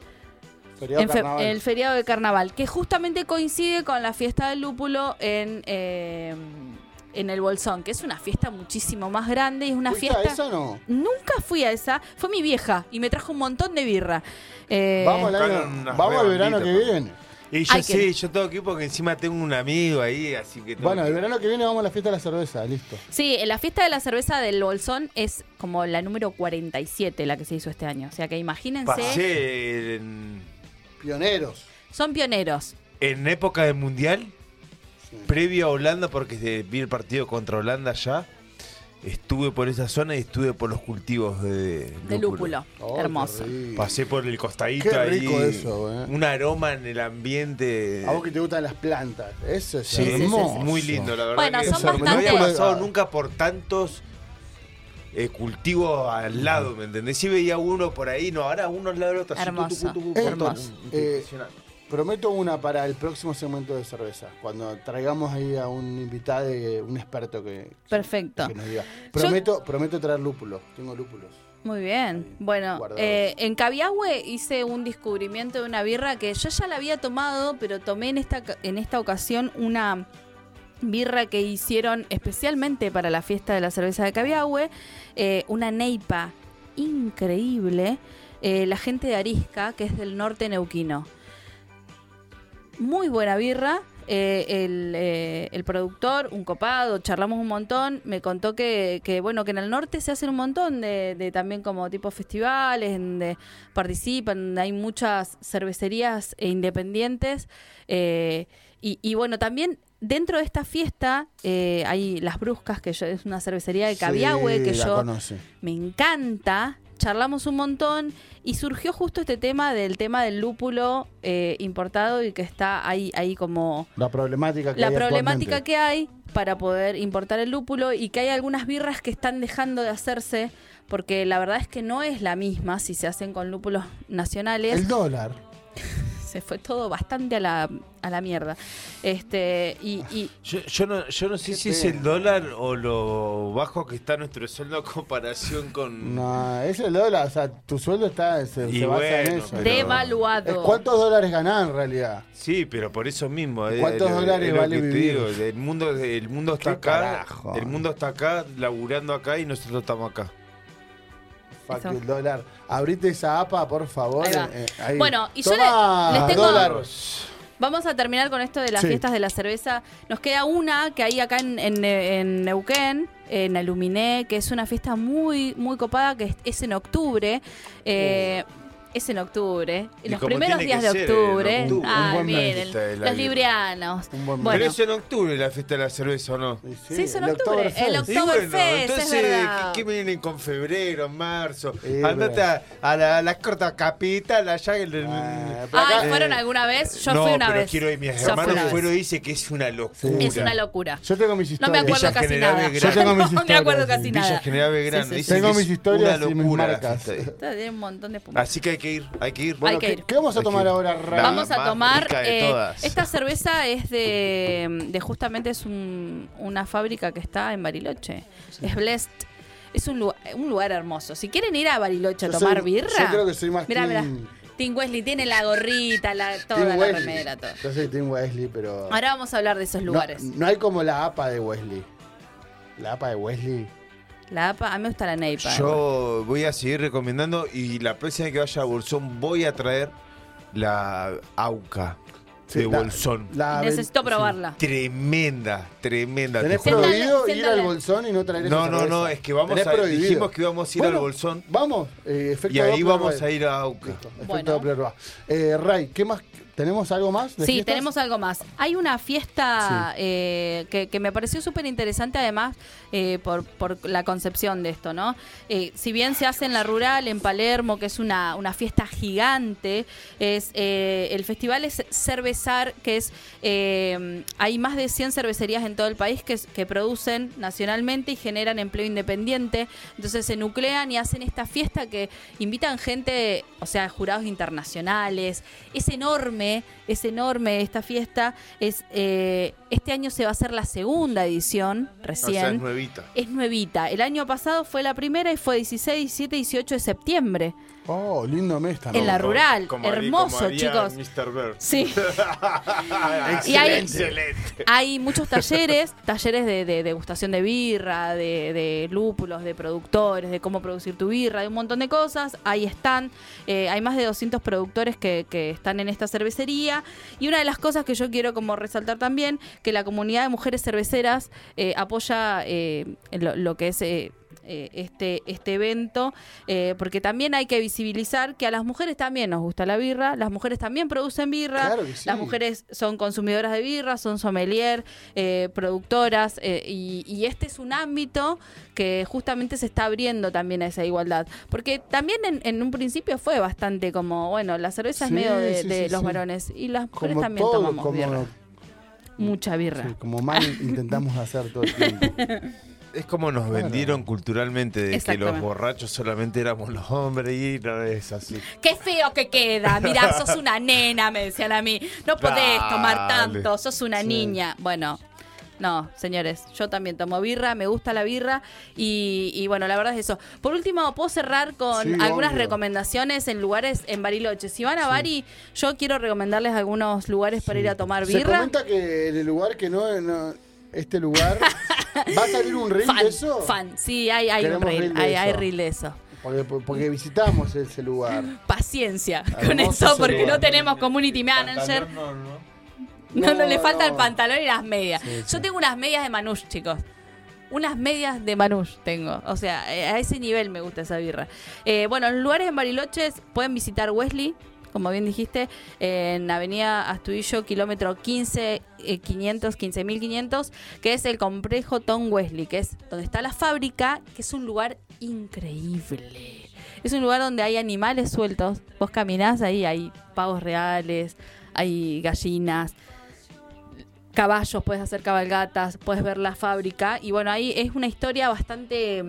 Feriado En fe- carnaval. El feriado de carnaval, que justamente coincide con la fiesta del lúpulo en, eh, en el Bolsón, que es una fiesta muchísimo más grande y es una ¿Fuiste fiesta... a esa o no? Nunca fui a esa, fue mi vieja y me trajo un montón de birra. Eh, vamos al Buscaron año, unas vamos al verano que rebanditas, ¿no? viene. Y yo Ay, sí, que- yo tengo que ir porque encima tengo un amigo ahí, así que tengo Bueno, que- el verano que viene vamos a la fiesta de la cerveza, listo. Sí, la fiesta de la cerveza del Bolsón es como la número 47 la que se hizo este año, o sea que imagínense, pasé en, Pioneros. son pioneros. en época del mundial, previo a Holanda, porque se- vi el partido contra Holanda ya. Estuve por esa zona y estuve por los cultivos de, De lúpulo, Oh, hermoso. qué rico. Pasé por el costadito Qué ahí. rico eso, eh. Un aroma en el ambiente. A vos que te gustan las plantas. Eso es Sí, hermoso. muy lindo, la verdad. Bueno, que son No había bastante- pasado nunca por tantos eh, cultivos al lado, ¿me entendés? Si veía uno por ahí, no, ahora uno al lado del otro. así, Hermoso, tucu, tucu, tucu, por hermoso. todo. Eh, Impresionante. Prometo una para el próximo segmento de cerveza. Cuando traigamos ahí a un invitado, eh, un experto que, Perfecto. que nos diga. Prometo, prometo traer lúpulo. Tengo lúpulos. Muy bien. Bueno, guardados. eh, en Cabiahue hice un descubrimiento de una birra que yo ya la había tomado, pero tomé en esta, ca- en esta ocasión una birra que hicieron especialmente para la fiesta de la cerveza de Cabiahue, eh, una neipa increíble, eh, la gente de Arisca, que es del norte neuquino. Muy buena birra. eh, el, eh, el productor, un copado, charlamos un montón, me contó que, que, bueno, que en el norte se hacen un montón de, de también como tipo festivales, en donde participan, hay muchas cervecerías eh, independientes. eh, y, y, bueno, también dentro de esta fiesta eh, hay Las Bruscas, que yo- es una cervecería de Cabiahue, Sí, que la yo conoce. me encanta. Charlamos un montón y surgió justo este tema del tema del lúpulo eh, importado y que está ahí, ahí como La problemática que la hay problemática actualmente. que hay para poder importar el lúpulo y que hay algunas birras que están dejando de hacerse porque la verdad es que no es la misma si se hacen con lúpulos nacionales El dólar. se fue todo bastante a la, a la mierda este y, y- Yo, yo no, yo no sé si es pena. el dólar o lo bajo que está nuestro sueldo a comparación con. No, es el dólar. O sea, tu sueldo está, se, Y se basa en bueno, eso. pero- Es devaluado ¿Cuántos dólares ganás en realidad? Sí, pero por eso mismo. eh, ¿Cuántos eh, dólares es lo vale que te vivir? digo, El mundo, el mundo está ¿Qué acá. carajo? El mundo está acá, laburando acá y nosotros estamos acá. Fuck Eso. el dólar. Abrite esa APA, por favor. Ahí va. eh, ahí. Bueno, y yo le- Tomá, les tengo- dólar. Vamos a terminar con esto de las Sí. fiestas de la cerveza. Nos queda una que hay acá en, en- en Neuquén, en Aluminé, que es una fiesta muy, muy copada, que es, es en octubre. Eh, Es en octubre. Y En los como primeros tiene que días de ser, en octubre. octubre. Ah, Un buen mes. miren, Fiesta de la los birra. librianos. Un buen mes. Bueno, Pero es en octubre la fiesta de la cerveza, ¿o no? sí, es en el octubre. El Oktoberfest. Y bueno, Oktoberfest, es entonces, verdad. ¿qué, qué vienen con febrero, marzo? Sí, Andate a, a la, a la corta capital, allá en el- Ah, pero acá- Ay, ¿fueron alguna vez? Yo no, fui una pero vez. quiero ir, mis Yo fui hermanos una vez. fueron y dice que es una locura. Es una locura. Yo tengo mis No historias. me acuerdo Villa casi General nada. Belgrano. Yo tengo mis No me acuerdo historias, casi sí. nada. Villa General Belgrano. Sí, sí, dicen sí. Tengo que es mis historias una y mis locura la marcas. fiesta ahí. Tiene un montón de espuma. Así que hay que ir, hay que ir. Hay que ir. ¿Qué vamos a Hay que tomar ir. ahora, Ra? La Vamos a más tomar. rica de eh, todas. esta cerveza es de, de justamente es un- una fábrica que está en Bariloche. Es Blessed. Es un lugar, un lugar hermoso. Si quieren ir a Bariloche a Yo tomar soy- birra. yo creo que soy más Mirá, mirá. team- Tim Wesley tiene la gorrita, la, toda Team la Wesley. remera, todo. Yo soy Team Wesley, pero. Ahora vamos a hablar de esos no- lugares. No, hay como la APA de Wesley. La APA de Wesley. La APA, a mí me gusta la Neipa. Yo voy a seguir recomendando y la próxima que vaya a Bolsón voy a traer la AUCA Sí, de la- Bolsón. la- Necesito sí. probarla. Tremenda, tremenda. Tenés te juro. Siéntale, prohibido ir siéntale. al bolsón y no traer esa No, no, no, cerveza. es que vamos Tenés a- prohibido. dijimos que íbamos a ir Bueno, al bolsón. Vamos, eh, efecto Y ahí Doppler vamos va. a ir a AUCA. Listo, Bueno. efecto Doppler va. Eh, Ray, ¿qué más? ¿Tenemos algo más? de Sí, fiestas? tenemos algo más. Hay una fiesta eh, que, que me pareció súper interesante además eh, por, por la concepción de esto, ¿no? Eh, si bien se hace en la rural, en Palermo, que es una, una fiesta gigante, es eh, el festival es Cervezar, que es, eh, hay más de 100 cervecerías en todo el país que, es- que producen nacionalmente y generan empleo independiente. Entonces se nuclean y hacen esta fiesta que invitan gente, o sea, jurados internacionales. Es enorme, es enorme esta fiesta. Es, eh, este año se va a hacer la segunda edición O sea, es recién. nuevita. es nuevita. El año pasado fue la primera y fue 16, 17, 18 de septiembre. Oh, lindo mes también. En la Como- rural, como haría- hermoso, como haría chicos. Mr. Bird. Ah, Sí. Ah, Y hay- Excelente. Hay muchos talleres, talleres de, de degustación de birra, de, de lúpulos, de productores, de cómo producir tu birra, de un montón de cosas. Ahí están, eh, hay más de 200 productores que, que están en esta cervecería. Y una de las cosas que yo quiero como resaltar también, que la comunidad de mujeres cerveceras eh, apoya eh, lo, lo que es... eh, eh, este, este evento, eh, porque también hay que visibilizar que a las mujeres también nos gusta la birra, las mujeres también producen birra, Claro que sí. las mujeres son consumidoras de birra, son sommelier, eh, productoras, eh, y, y este es un ámbito que justamente se está abriendo también a esa igualdad, porque también en, en un principio fue bastante como, bueno, la cerveza Sí, es medio de, sí, de sí, los sí. varones, y las mujeres como también todo, tomamos como, birra, mucha birra. sí, como mal intentamos hacer todo el tiempo. Es como nos vendieron culturalmente de que los Exactamente. borrachos solamente éramos los hombres y no es así. Qué feo que queda. Mirá, sos una nena, me decían a mí. No podés Dale. tomar tanto, sos una niña. Bueno. No, señores, yo también tomo birra, me gusta la birra y, y bueno, la verdad es eso. Por último, puedo cerrar con Sí, algunas obvio. recomendaciones en lugares en Bariloche. Si van a Bari, yo quiero recomendarles algunos lugares para ir a tomar Se birra. comenta que en el lugar que no, no- este lugar va a salir un reel Fan, de eso. fan, sí, hay, hay un Queremos reel, reel de hay, hay eso. reel de eso. Porque, porque visitamos ese lugar. Paciencia con Hermoso eso, ese porque lugar. no tenemos community manager. No, no, No, le falta no. el pantalón y las medias. Sí, Yo sí. tengo unas medias de Manush, chicos. Unas medias de Manush tengo. O sea, eh, a ese nivel me gusta esa birra. Eh, bueno, en lugares en Bariloche pueden visitar Wesley, como bien dijiste, en Avenida Astudillo, kilómetro 15, eh, 500, 15.500, que es el complejo Tom Wesley, que es donde está la fábrica, que es un lugar increíble. Es un lugar donde hay animales sueltos. Vos caminás ahí, hay pavos reales, hay gallinas, caballos, puedes hacer cabalgatas, puedes ver la fábrica. Y bueno, ahí es una historia bastante,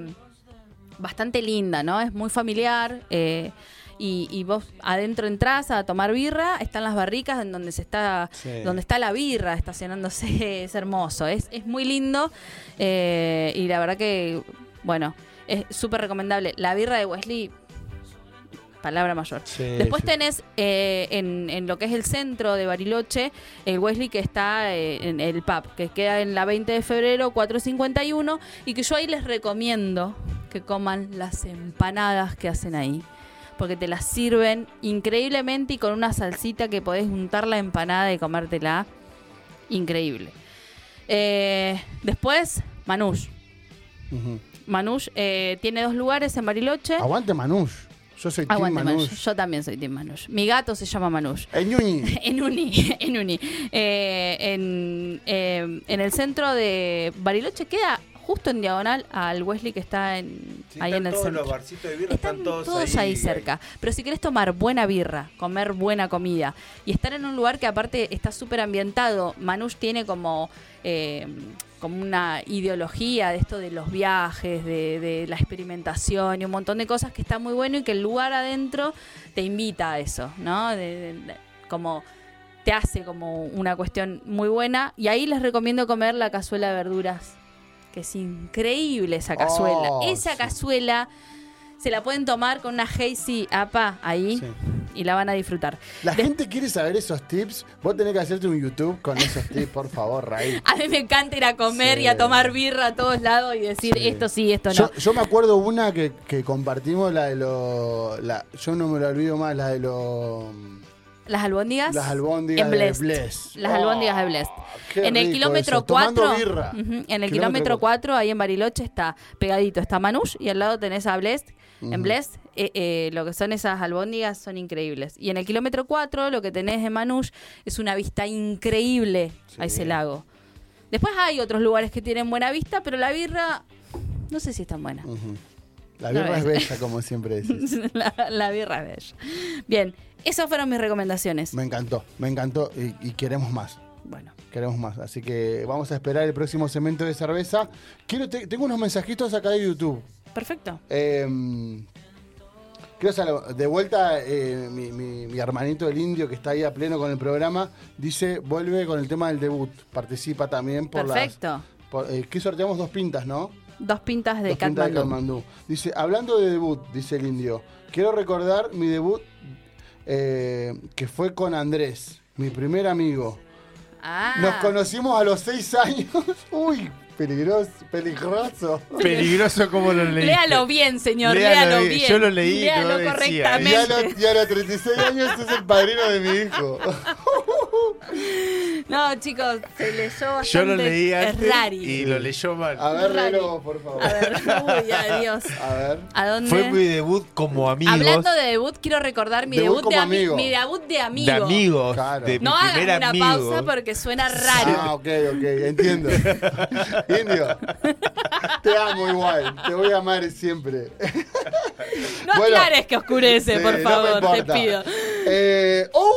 bastante linda, ¿no? Es muy familiar. eh, y, y vos adentro entras a tomar birra, están las barricas en donde se está, Sí. donde está la birra estacionándose, es hermoso, es, es muy lindo. eh, y la verdad que, bueno, es súper recomendable. La birra de Wesley, palabra mayor. Después tenés eh, en, en lo que es el centro de Bariloche, el Wesley que está eh, en el pub, que queda en la 20 de febrero 451 y que yo ahí les recomiendo que coman las empanadas que hacen ahí. Porque te las sirven increíblemente y con una salsita que podés juntar la empanada y comértela. Increíble. Eh, después, Manush. Ujú. Manush eh, tiene dos lugares en Bariloche. Ah, Aguante Manush. Yo soy Tim Aguante Manush. Manush. Yo también soy Tim Manush. Mi gato se llama Manush. El Ñuñi. En Uni, en Uni. Eh, en, eh, en el centro de Bariloche queda justo en diagonal al Wesley que está en, Sí, ahí están en el todos centro. los barcitos de birra, Están todos, ahí, eh. cerca. Pero si querés tomar buena birra, comer buena comida y estar en un lugar que aparte está súper ambientado, Manush tiene como, eh, como una ideología de esto de los viajes, de, de la experimentación y un montón de cosas que está muy bueno y que el lugar adentro te invita a eso, ¿no? De- de- de- como te hace como una cuestión muy buena. Y ahí les recomiendo comer la cazuela de verduras, que es increíble esa cazuela. Oh, esa sí. cazuela se la pueden tomar con una Hazy APA ahí Sí. y la van a disfrutar. La gente quiere saber esos tips. Vos tenés que hacerte un YouTube con esos tips, por favor, Raíl. A mí me encanta ir a comer Sí. y a tomar birra a todos lados y decir Sí. esto sí, esto no. Yo, yo me acuerdo una que, que compartimos, la de los. La, yo no me lo olvido más, la de los. las albóndigas. Las albóndigas en de Blest. Blest. Las Oh, albóndigas de Blest. qué En el rico kilómetro eso, tomando 4. birra. En el Kilómetro kilómetro cuatro. 4, ahí en Bariloche, está pegadito, está Manush y al lado tenés a Blest. En Blest, eh, eh, lo que son esas albóndigas son increíbles. Y en el kilómetro 4, lo que tenés de Manush es una vista increíble a ese lago. Después hay otros lugares que tienen buena vista, pero la birra, no sé si es tan buena. La No birra es es. bella, como siempre decís. la, la birra es bella. Bien, esas fueron mis recomendaciones. Me encantó, me encantó y- y queremos más. Bueno. Queremos más, así que vamos a esperar el próximo segmento de cerveza. Quiero te- tengo unos mensajitos acá de YouTube. Perfecto. Eh, quiero sal- de vuelta eh, mi, mi- mi hermanito el indio que está ahí a pleno con el programa. Dice, vuelve con el tema del debut. Participa también por Perfecto. las... por- eh, que sorteamos dos pintas, ¿no? Dos pintas de Dos pintas de Katmandú. Katmandú. Dice, hablando de debut, dice el indio, quiero recordar mi debut eh, que fue con Andrés, mi primer amigo. Ah, Nos conocimos a los seis años. Uy, peligroso, peligroso. Peligroso como lo leí. Léalo bien, señor, Léalo léalo bien. bien. Yo lo leí, Léalo no decía. Y a, correctamente. los, y a los 36 años es el padrino de mi hijo. No, chicos, se leyó bastante. Yo lo leí Es antes rari. y lo leyó mal. A ver, Rari. léelo vos, por favor. A ver, uy, adiós. A ver. ¿A dónde? Fue mi debut como amigos. Hablando de debut, quiero recordar mi Debut debut, como de ami- amigo. Mi debut de amigo. de amigos. Claro. De mi No primer hagan una amigo. pausa porque suena raro. Ah, ok, ok, entiendo. Indio, te amo igual, te voy a amar siempre. No Bueno. aclares que oscurece, Sí, por no me favor, te importa. pido. Eh, ¡Oh!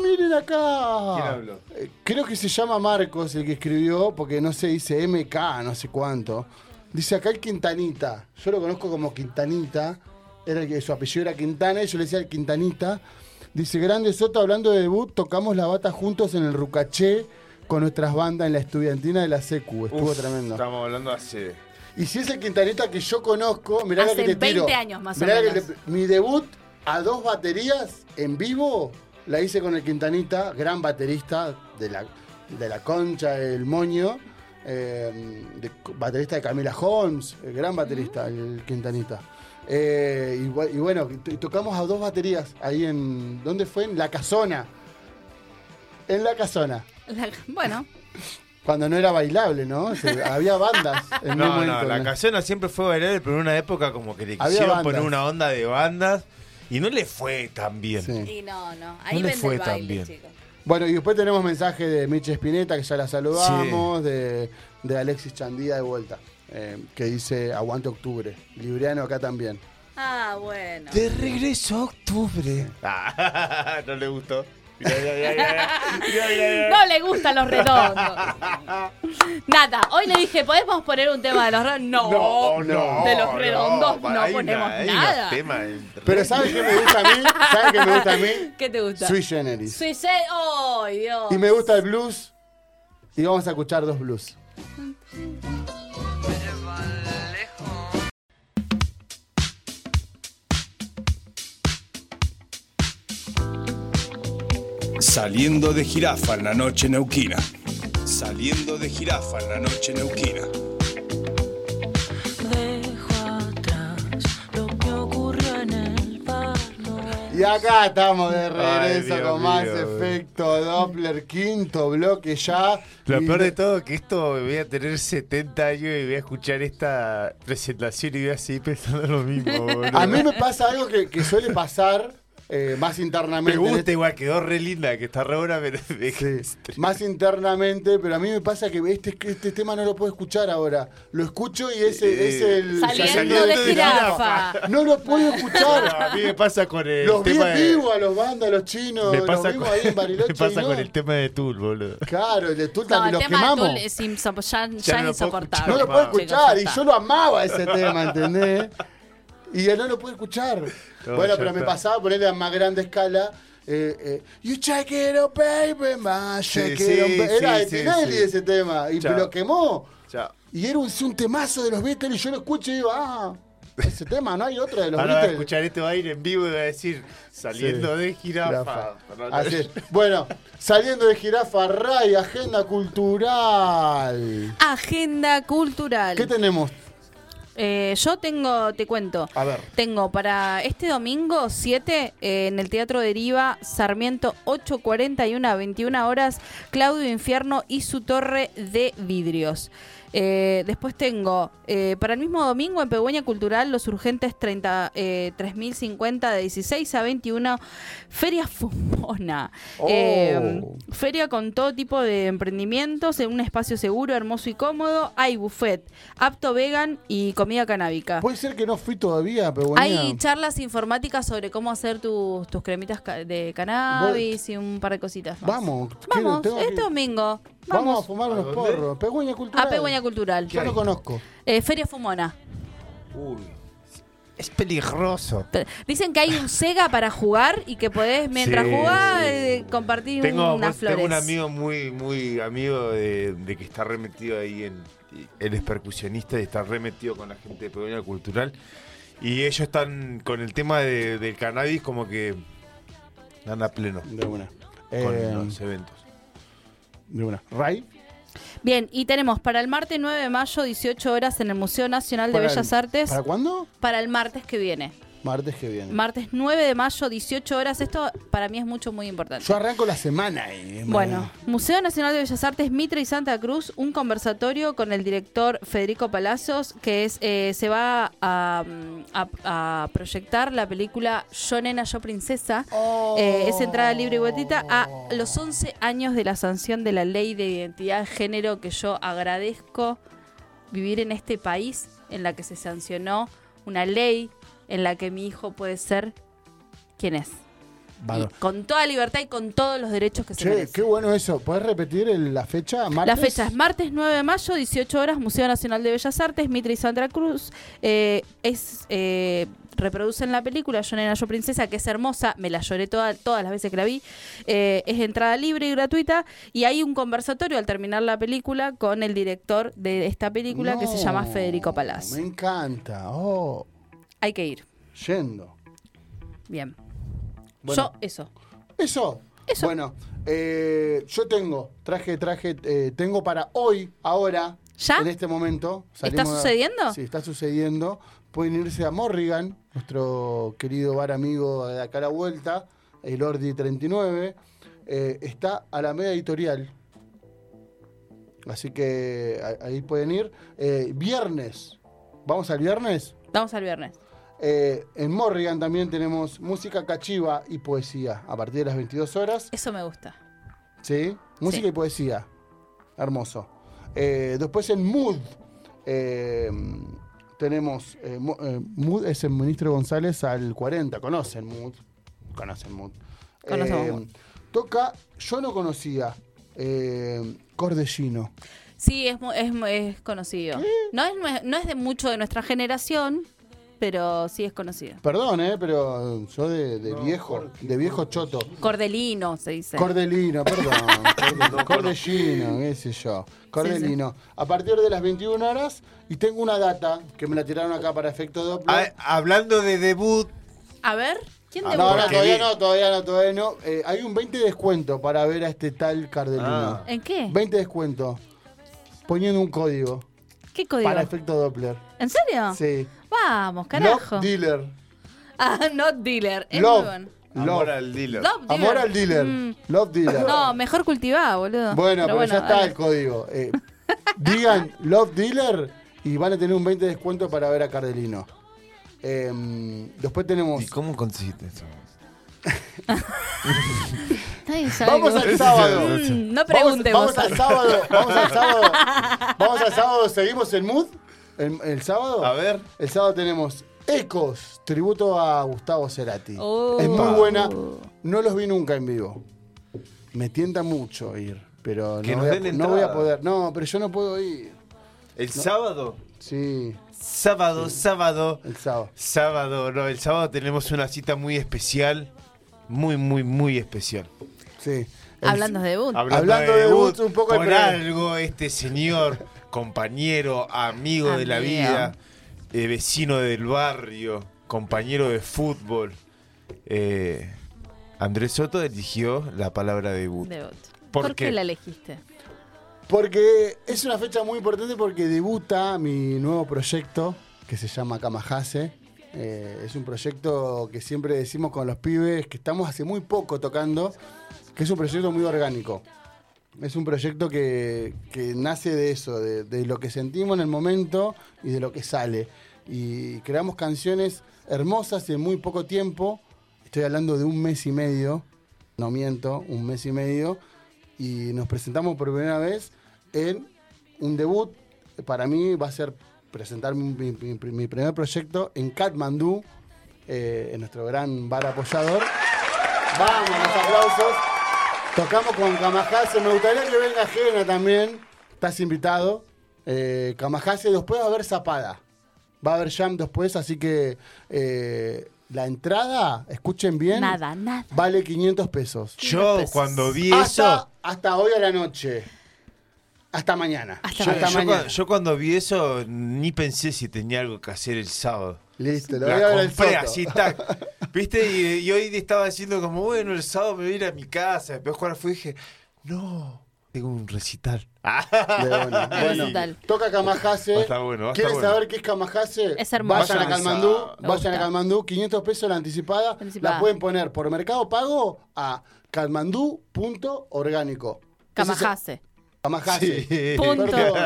Miren acá. ¿Quién habló? Eh, Creo que se llama Marcos el que escribió, porque no sé, dice MK, no sé cuánto. Dice acá el Quintanita. Yo lo conozco como Quintanita. Era el que su apellido era Quintana y yo le decía el Quintanita. Dice Grande Soto, hablando de debut, tocamos la bata juntos en el Rucaché con nuestras bandas en la estudiantina de la Secu. Estuvo Uf, tremendo. Estamos hablando hace. Y si es el Quintanita que yo conozco, mirá la Hace que te tiro. 20 años más o Mirá la que menos. te- mi debut a dos baterías en vivo la hice con el Quintanita, gran baterista de la, de la concha, el moño, eh, de- baterista de Camila Holmes, eh, gran baterista el Quintanita. Eh, y, bu- y bueno, to- tocamos a dos baterías ahí en. ¿Dónde fue? En La Casona. En La Casona. La- bueno, Cuando no era bailable, ¿no? Se- había bandas en un No, no, momento, la ¿no? casona siempre fue bailable, pero en una época como que le Había quisieron bandas. poner una onda de bandas y no le fue tan bien. Sí. y no, no. No Ahí le vende fue el tan baile, bien. chicos. Bueno, y después tenemos mensaje de Miche Espineta, que ya la saludamos, de, de Alexis Chandía de vuelta, eh, que dice Aguante Octubre. Libriano acá también. Ah, bueno. De regreso a octubre. Ah, no le gustó. Mirá, mirá, mirá, mirá. Mirá, mirá, mirá. No le gustan los redondos. Nada, hoy le dije, ¿podemos poner un tema de los redondos? No, Oh, de los redondos no, hay una- ponemos hay unos nada. temas Pero ¿sabes qué me gusta a mí? ¿Sabes qué me gusta a mí? ¿Qué te gusta? Sui Generis. Sui Gen- ¡Ay, Dios! Y me gusta el blues. Y vamos a escuchar dos blues. Saliendo de jirafa en la noche neuquina. Saliendo de jirafa en la noche neuquina. Dejo atrás lo que ocurrió en el bar. Y acá estamos de regreso Dios con más mío, efecto Doppler, quinto bloque ya. Lo Y peor de todo es que esto voy a tener 70 años y voy a escuchar esta presentación y voy a seguir pensando lo mismo, boludo. A mí me pasa algo que, que suele pasar eh, más me internamente. gusta igual, quedó re linda, que está re buena, pero Sí, más internamente, pero a mí me pasa que este, este tema no lo puedo escuchar ahora. Lo escucho y ese Eh, es el. Saliendo, saliendo de de jirafa. No lo puedo Claro, escuchar. a mí me pasa con el Los vi tema en de, vivo a los bandas, a los chinos. me los pasa, vimos con, ahí en Bariloche. me y pasa no. con el tema de Tool, boludo. Claro, el de Tool No, también el lo tema de quemamos. Tool es insopo- ya, Ya ya no lo es puedo insoportable. No lo puedo escuchar. Chicos, Y ya yo lo amaba ese tema, ¿entendés? Y él no lo puedo escuchar. No, bueno, ya pero me está. pasaba ponerle a más grande escala. eh, eh, you check it out, baby, my check Sí, it out, sí, baby. Era de sí, Tinelli sí. ese tema. Y Chao. lo quemó. Chao. Y era un, un temazo de los Beatles. Y yo lo escucho y digo, ah, ese tema, no hay otro de los Ahora voy a Beatles. escuchar esto, va a ir en vivo y va a decir, saliendo Sí. de jirafa. Así es. Bueno, saliendo de jirafa, Ray, agenda cultural. está. Agenda cultural. ¿Qué tenemos? Eh, yo tengo, te cuento. A ver. Tengo para este domingo 7 eh, en el Teatro Deriva, Sarmiento 841 a 21 horas, Claudio Infierno y su torre de vidrios. Eh, después tengo eh, para el mismo domingo en Pegüeña Cultural los urgentes 30, eh, 3050 de 16 a 21, Feria Fumona. Oh. Eh, feria con todo tipo de emprendimientos en un espacio seguro, hermoso y cómodo. Hay buffet, apto vegan y comida canábica. Puede ser que no fui todavía, pero bueno. Hay charlas informáticas sobre cómo hacer tus, tus cremitas ca- de cannabis y un par de cositas más. Vamos, quiero- vamos, tengo este que- domingo. Vamos, a Vamos fumar unos porros. Pegüeña cultural. a Pegüeña Cultural. Yo no conozco. Eh, Feria Fumona. Uy, es peligroso. Pe- Dicen que hay un Sega para jugar y que podés, mientras Sí. jugás, eh, compartir Tengo, unas vos- tengo flores. un amigo muy, muy amigo de, de que está remetido ahí en. Él es percusionista y está remetido con la gente de Pedonia Cultural. Y ellos están con el tema de- del cannabis como que dan a pleno De una. con Eh, los eventos. de una. ¿Ray? Bien, y tenemos para el martes 9 de mayo, 18 horas, en el Museo Nacional de Para el- Bellas Artes, ¿Para para, cuándo? el martes que viene. Martes que viene. Martes 9 de mayo, 18 horas. Esto para mí es mucho, muy importante. Yo arranco la semana. eh, Bueno, Museo Nacional de Bellas Artes Mitre y Santa Cruz, un conversatorio con el director Federico Palazos, que es eh, se va a, mm, a- a proyectar la película Yo Nena, Yo Princesa. Eh, es entrada libre y gratuita a los 11 años de la sanción de la ley de identidad de género que yo agradezco vivir en este país en la que se sancionó una ley en la que mi hijo puede ser quien es. Y Bárbaro. con toda libertad y con todos los derechos que se Che, merecen. qué bueno eso. ¿Podés repetir el- la fecha? ¿Martes? La fecha es martes 9 de mayo, 18 horas, Museo Nacional de Bellas Artes, Mitre y Santa Cruz. Eh, es, eh, reproducen la película Yo Nena, Yo Princesa, que es hermosa, me la lloré toda- todas las veces que la vi. Eh, es entrada libre y gratuita y hay un conversatorio al terminar la película con el director de esta película que se No, llama Federico Palaz. Me encanta. Oh, Hay que ir. yendo. Bien. Bueno. Yo, eso. Eso. Eso. Bueno, eh, yo tengo, traje, traje, eh, tengo para hoy, ahora, ¿Ya? en este momento. a- sucediendo? sí, está sucediendo. Pueden irse a Morrigan, nuestro querido bar amigo de acá a la vuelta, el Ordi 39. Eh, está Alameda Editorial. Así que a- ahí pueden ir. Eh, viernes. ¿Vamos al viernes? Vamos al viernes. Eh, en Morrigan también tenemos música cachiva y poesía a partir de las 22 horas. Eso me gusta. ¿Sí? Música Sí. y poesía. Hermoso. Eh, después en Mood eh, tenemos. eh, Mo- eh, Mood es el ministro González al 40. Conocen Mood. Conocen Mood. Conocemos Eh, Mood. Toca, yo no conocía. eh, Cordellino. Sí, es, mu- es, mu- es conocido. No es, nue- no es de mucho de nuestra generación, pero sí es conocido. Perdón, eh, pero yo de, de viejo, de viejo choto. Cordelino se dice. Cordelino, perdón. Corde- Cordelino, qué sé yo. Cordelino. A partir de las 21 horas, y tengo una data que me la tiraron acá para efecto Ah, Doppler. A- hablando de debut, A ver, ¿quién Ah, No, te no, gusta? ah, porque todavía vi- no, todavía no, todavía no. Eh, hay un 20 de descuento para ver a este tal Cordelino. Ah. ¿En qué? 20 de descuento. Poniendo un código ¿Qué código? para efecto Doppler. ¿En serio? Sí. Vamos, Love carajo. Dealer. ah, not dealer. Es muy Love bueno. Amor Love. al dealer. Love dealer. Amor al dealer. Mm. Love dealer. No, mejor cultivá, boludo. Bueno, pero, ya está dale. el código. Eh, digan Love Dealer y van a tener un 20 de descuento para ver a Cardelino. Em, después tenemos. ¿Y cómo conseguiste eso? Nadie sabe Vamos cómo- al sábado. Mm, No pregunte vamos, vos. Vamos al sábado. Vamos al sábado. Vamos al sábado. Seguimos en mood. El, el sábado. A ver. El sábado tenemos Ecos, tributo a Gustavo Cerati. Oh. Es muy buena. No los vi nunca en vivo. Me tienta mucho ir, pero Que no, nos voy a, den no voy a entrada. poder. No, pero yo no puedo ir. ¿El sábado? Sí, Sábado, sábado. el sábado. Sábado, no, el sábado tenemos una cita muy especial. Muy, muy, muy especial. Sí. El- Hablando de debut. Hablando de debut, Woods, un poco de por pre- algo este señor, compañero, amigo de la Amigo. vida, eh, vecino del barrio, compañero de fútbol. eh, Andrés Soto eligió la palabra debut. Debut. ¿Por ¿Por qué qué? la elegiste? Porque es una fecha muy importante porque debuta mi nuevo proyecto que se llama Kamahase. Eh, es un proyecto que siempre decimos con los pibes que estamos hace muy poco tocando, que es un proyecto muy orgánico. Es un proyecto que, que nace de eso, de, de lo que sentimos en el momento y de lo que sale. Y creamos canciones hermosas en muy poco tiempo. Estoy hablando de un mes y medio, no miento, un mes y medio. Y nos presentamos por primera vez en un debut. Para mí va a ser presentar mi, mi- mi- mi primer proyecto en Katmandú, eh, en nuestro gran bar apoyador. Vamos, los aplausos. Tocamos con Kamahase. Me gustaría que venga Jena también. Estás invitado. Eh, Kamahase, después va a haber Zapada. Va a haber Jam después, así que eh, la entrada, escuchen bien. Nada, nada. Vale 500 pesos. Yo Ah, cuando vi eso, Hasta, hasta hoy a la noche. Hasta mañana. Hasta yo, mañana. yo cuando, yo cuando vi eso ni pensé si tenía algo que hacer el sábado. Listo, lo voy a La ver el compré Soto. así, tac. ¿Viste? Y, y hoy estaba diciendo como, bueno, el sábado me voy a ir a mi casa. Después cuando fui dije, no, tengo un recital. De una. Bueno, Total. toca Kamahase. Está bueno, va a ¿Quieres estar bueno. saber qué es Kamahase? Es hermoso. Vayan a Vayan a- Calmandú. Me Vayan gusta. a Calmandú. 500 pesos la anticipada. Anticipada. La pueden poner por Mercado Pago a calmandú.orgánico. Ese es el- Camajase. Ah, Kamahase. Punto. Perdón.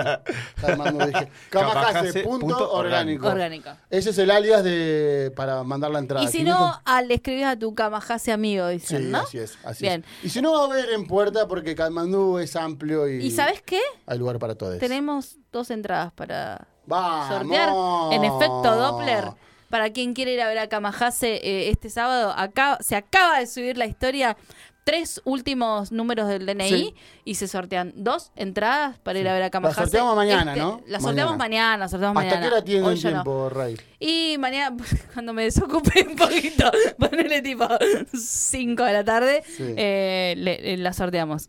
Calmandú, dije. Kamahase punto orgánico. Orgánico. Ese es el alias de para mandar la entrada. Y si 500 no, al escribir a tu Camajase amigo, Sí, dicen, ¿no? así es, así Bien. es. Y si no va a haber en puerta, porque Calmandú es amplio y, ¿Y sabes qué? hay lugar para todos. Tenemos dos entradas para ¡Vamos! sortear. En Ah, efecto, Doppler. Para quien quiere ir a ver a Kamahase eh, este sábado, acá se acaba de subir la historia. Tres últimos números del DNI Sí. y se sortean dos entradas para ir a ver a Kamahase. Este, sorteamos mañana, ¿no? La sorteamos Mañana. mañana, la sorteamos ¿Hasta qué mañana. hora tienen Hoy ya no. tiempo, Ray? Y mañana, cuando me desocupe un poquito, ponele tipo 5 de la tarde, Sí. eh, le- eh, la sorteamos.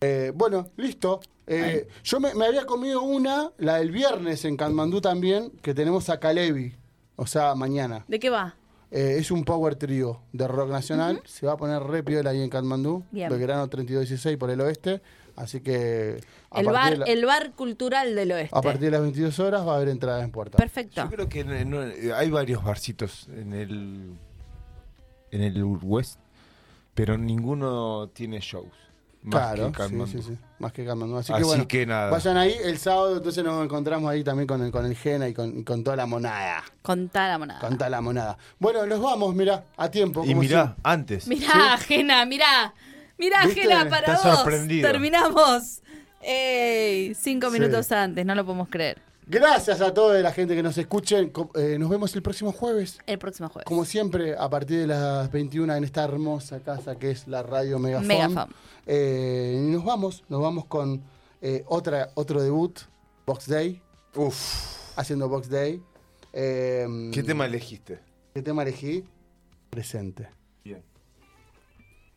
Eh, bueno, listo. Eh, yo me, me había comido una, la del viernes en Calmandú también, que tenemos a Kalevi. O sea, mañana. ¿De qué va? Eh, es un power trío de rock nacional. Se va a poner re piola ahí en Katmandú. Bien. Belgrano 3216 por el oeste. Así que. a El partir bar, de la- el bar cultural del oeste. A partir de las 22 horas va a haber entrada en puerta. Perfecto. Yo creo que no- no- hay varios barcitos en el, en el West, pero ninguno tiene shows. Más claro, que Calmando. sí, sí, sí. Más que Calmandú. Así, Así que bueno, que nada. vayan ahí el sábado, entonces nos encontramos ahí también con el, con el Gena y con, y con toda la monada. Contá la monada. Con toda la monada. Bueno, los vamos, mira, a tiempo. Y como mirá, siempre. antes. Mirá, Jena, mirá. Mirá, ¿Viste? Jena, para Está vos. sorprendido. Terminamos. Ey, cinco Sí. minutos antes, no lo podemos creer. Gracias a toda la gente que nos escuchen. Co- eh, nos vemos el próximo jueves. El próximo jueves. Como siempre, a partir de las 21 en esta hermosa casa que es la Radio Megafon. Megafon. Eh, y nos vamos, nos vamos con eh, otra, otro debut, Box Day, Uf, haciendo Box Day. Eh, ¿qué tema elegiste? ¿Qué tema elegí? Presente. Bien.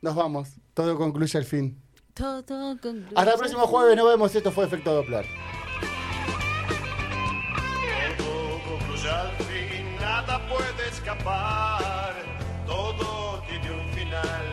Nos vamos, todo concluye al fin. Todo con- Hasta el próximo jueves, nos vemos. Esto fue Efecto Doppler. Todo concluye al fin, nada puede escapar, todo tiene un final.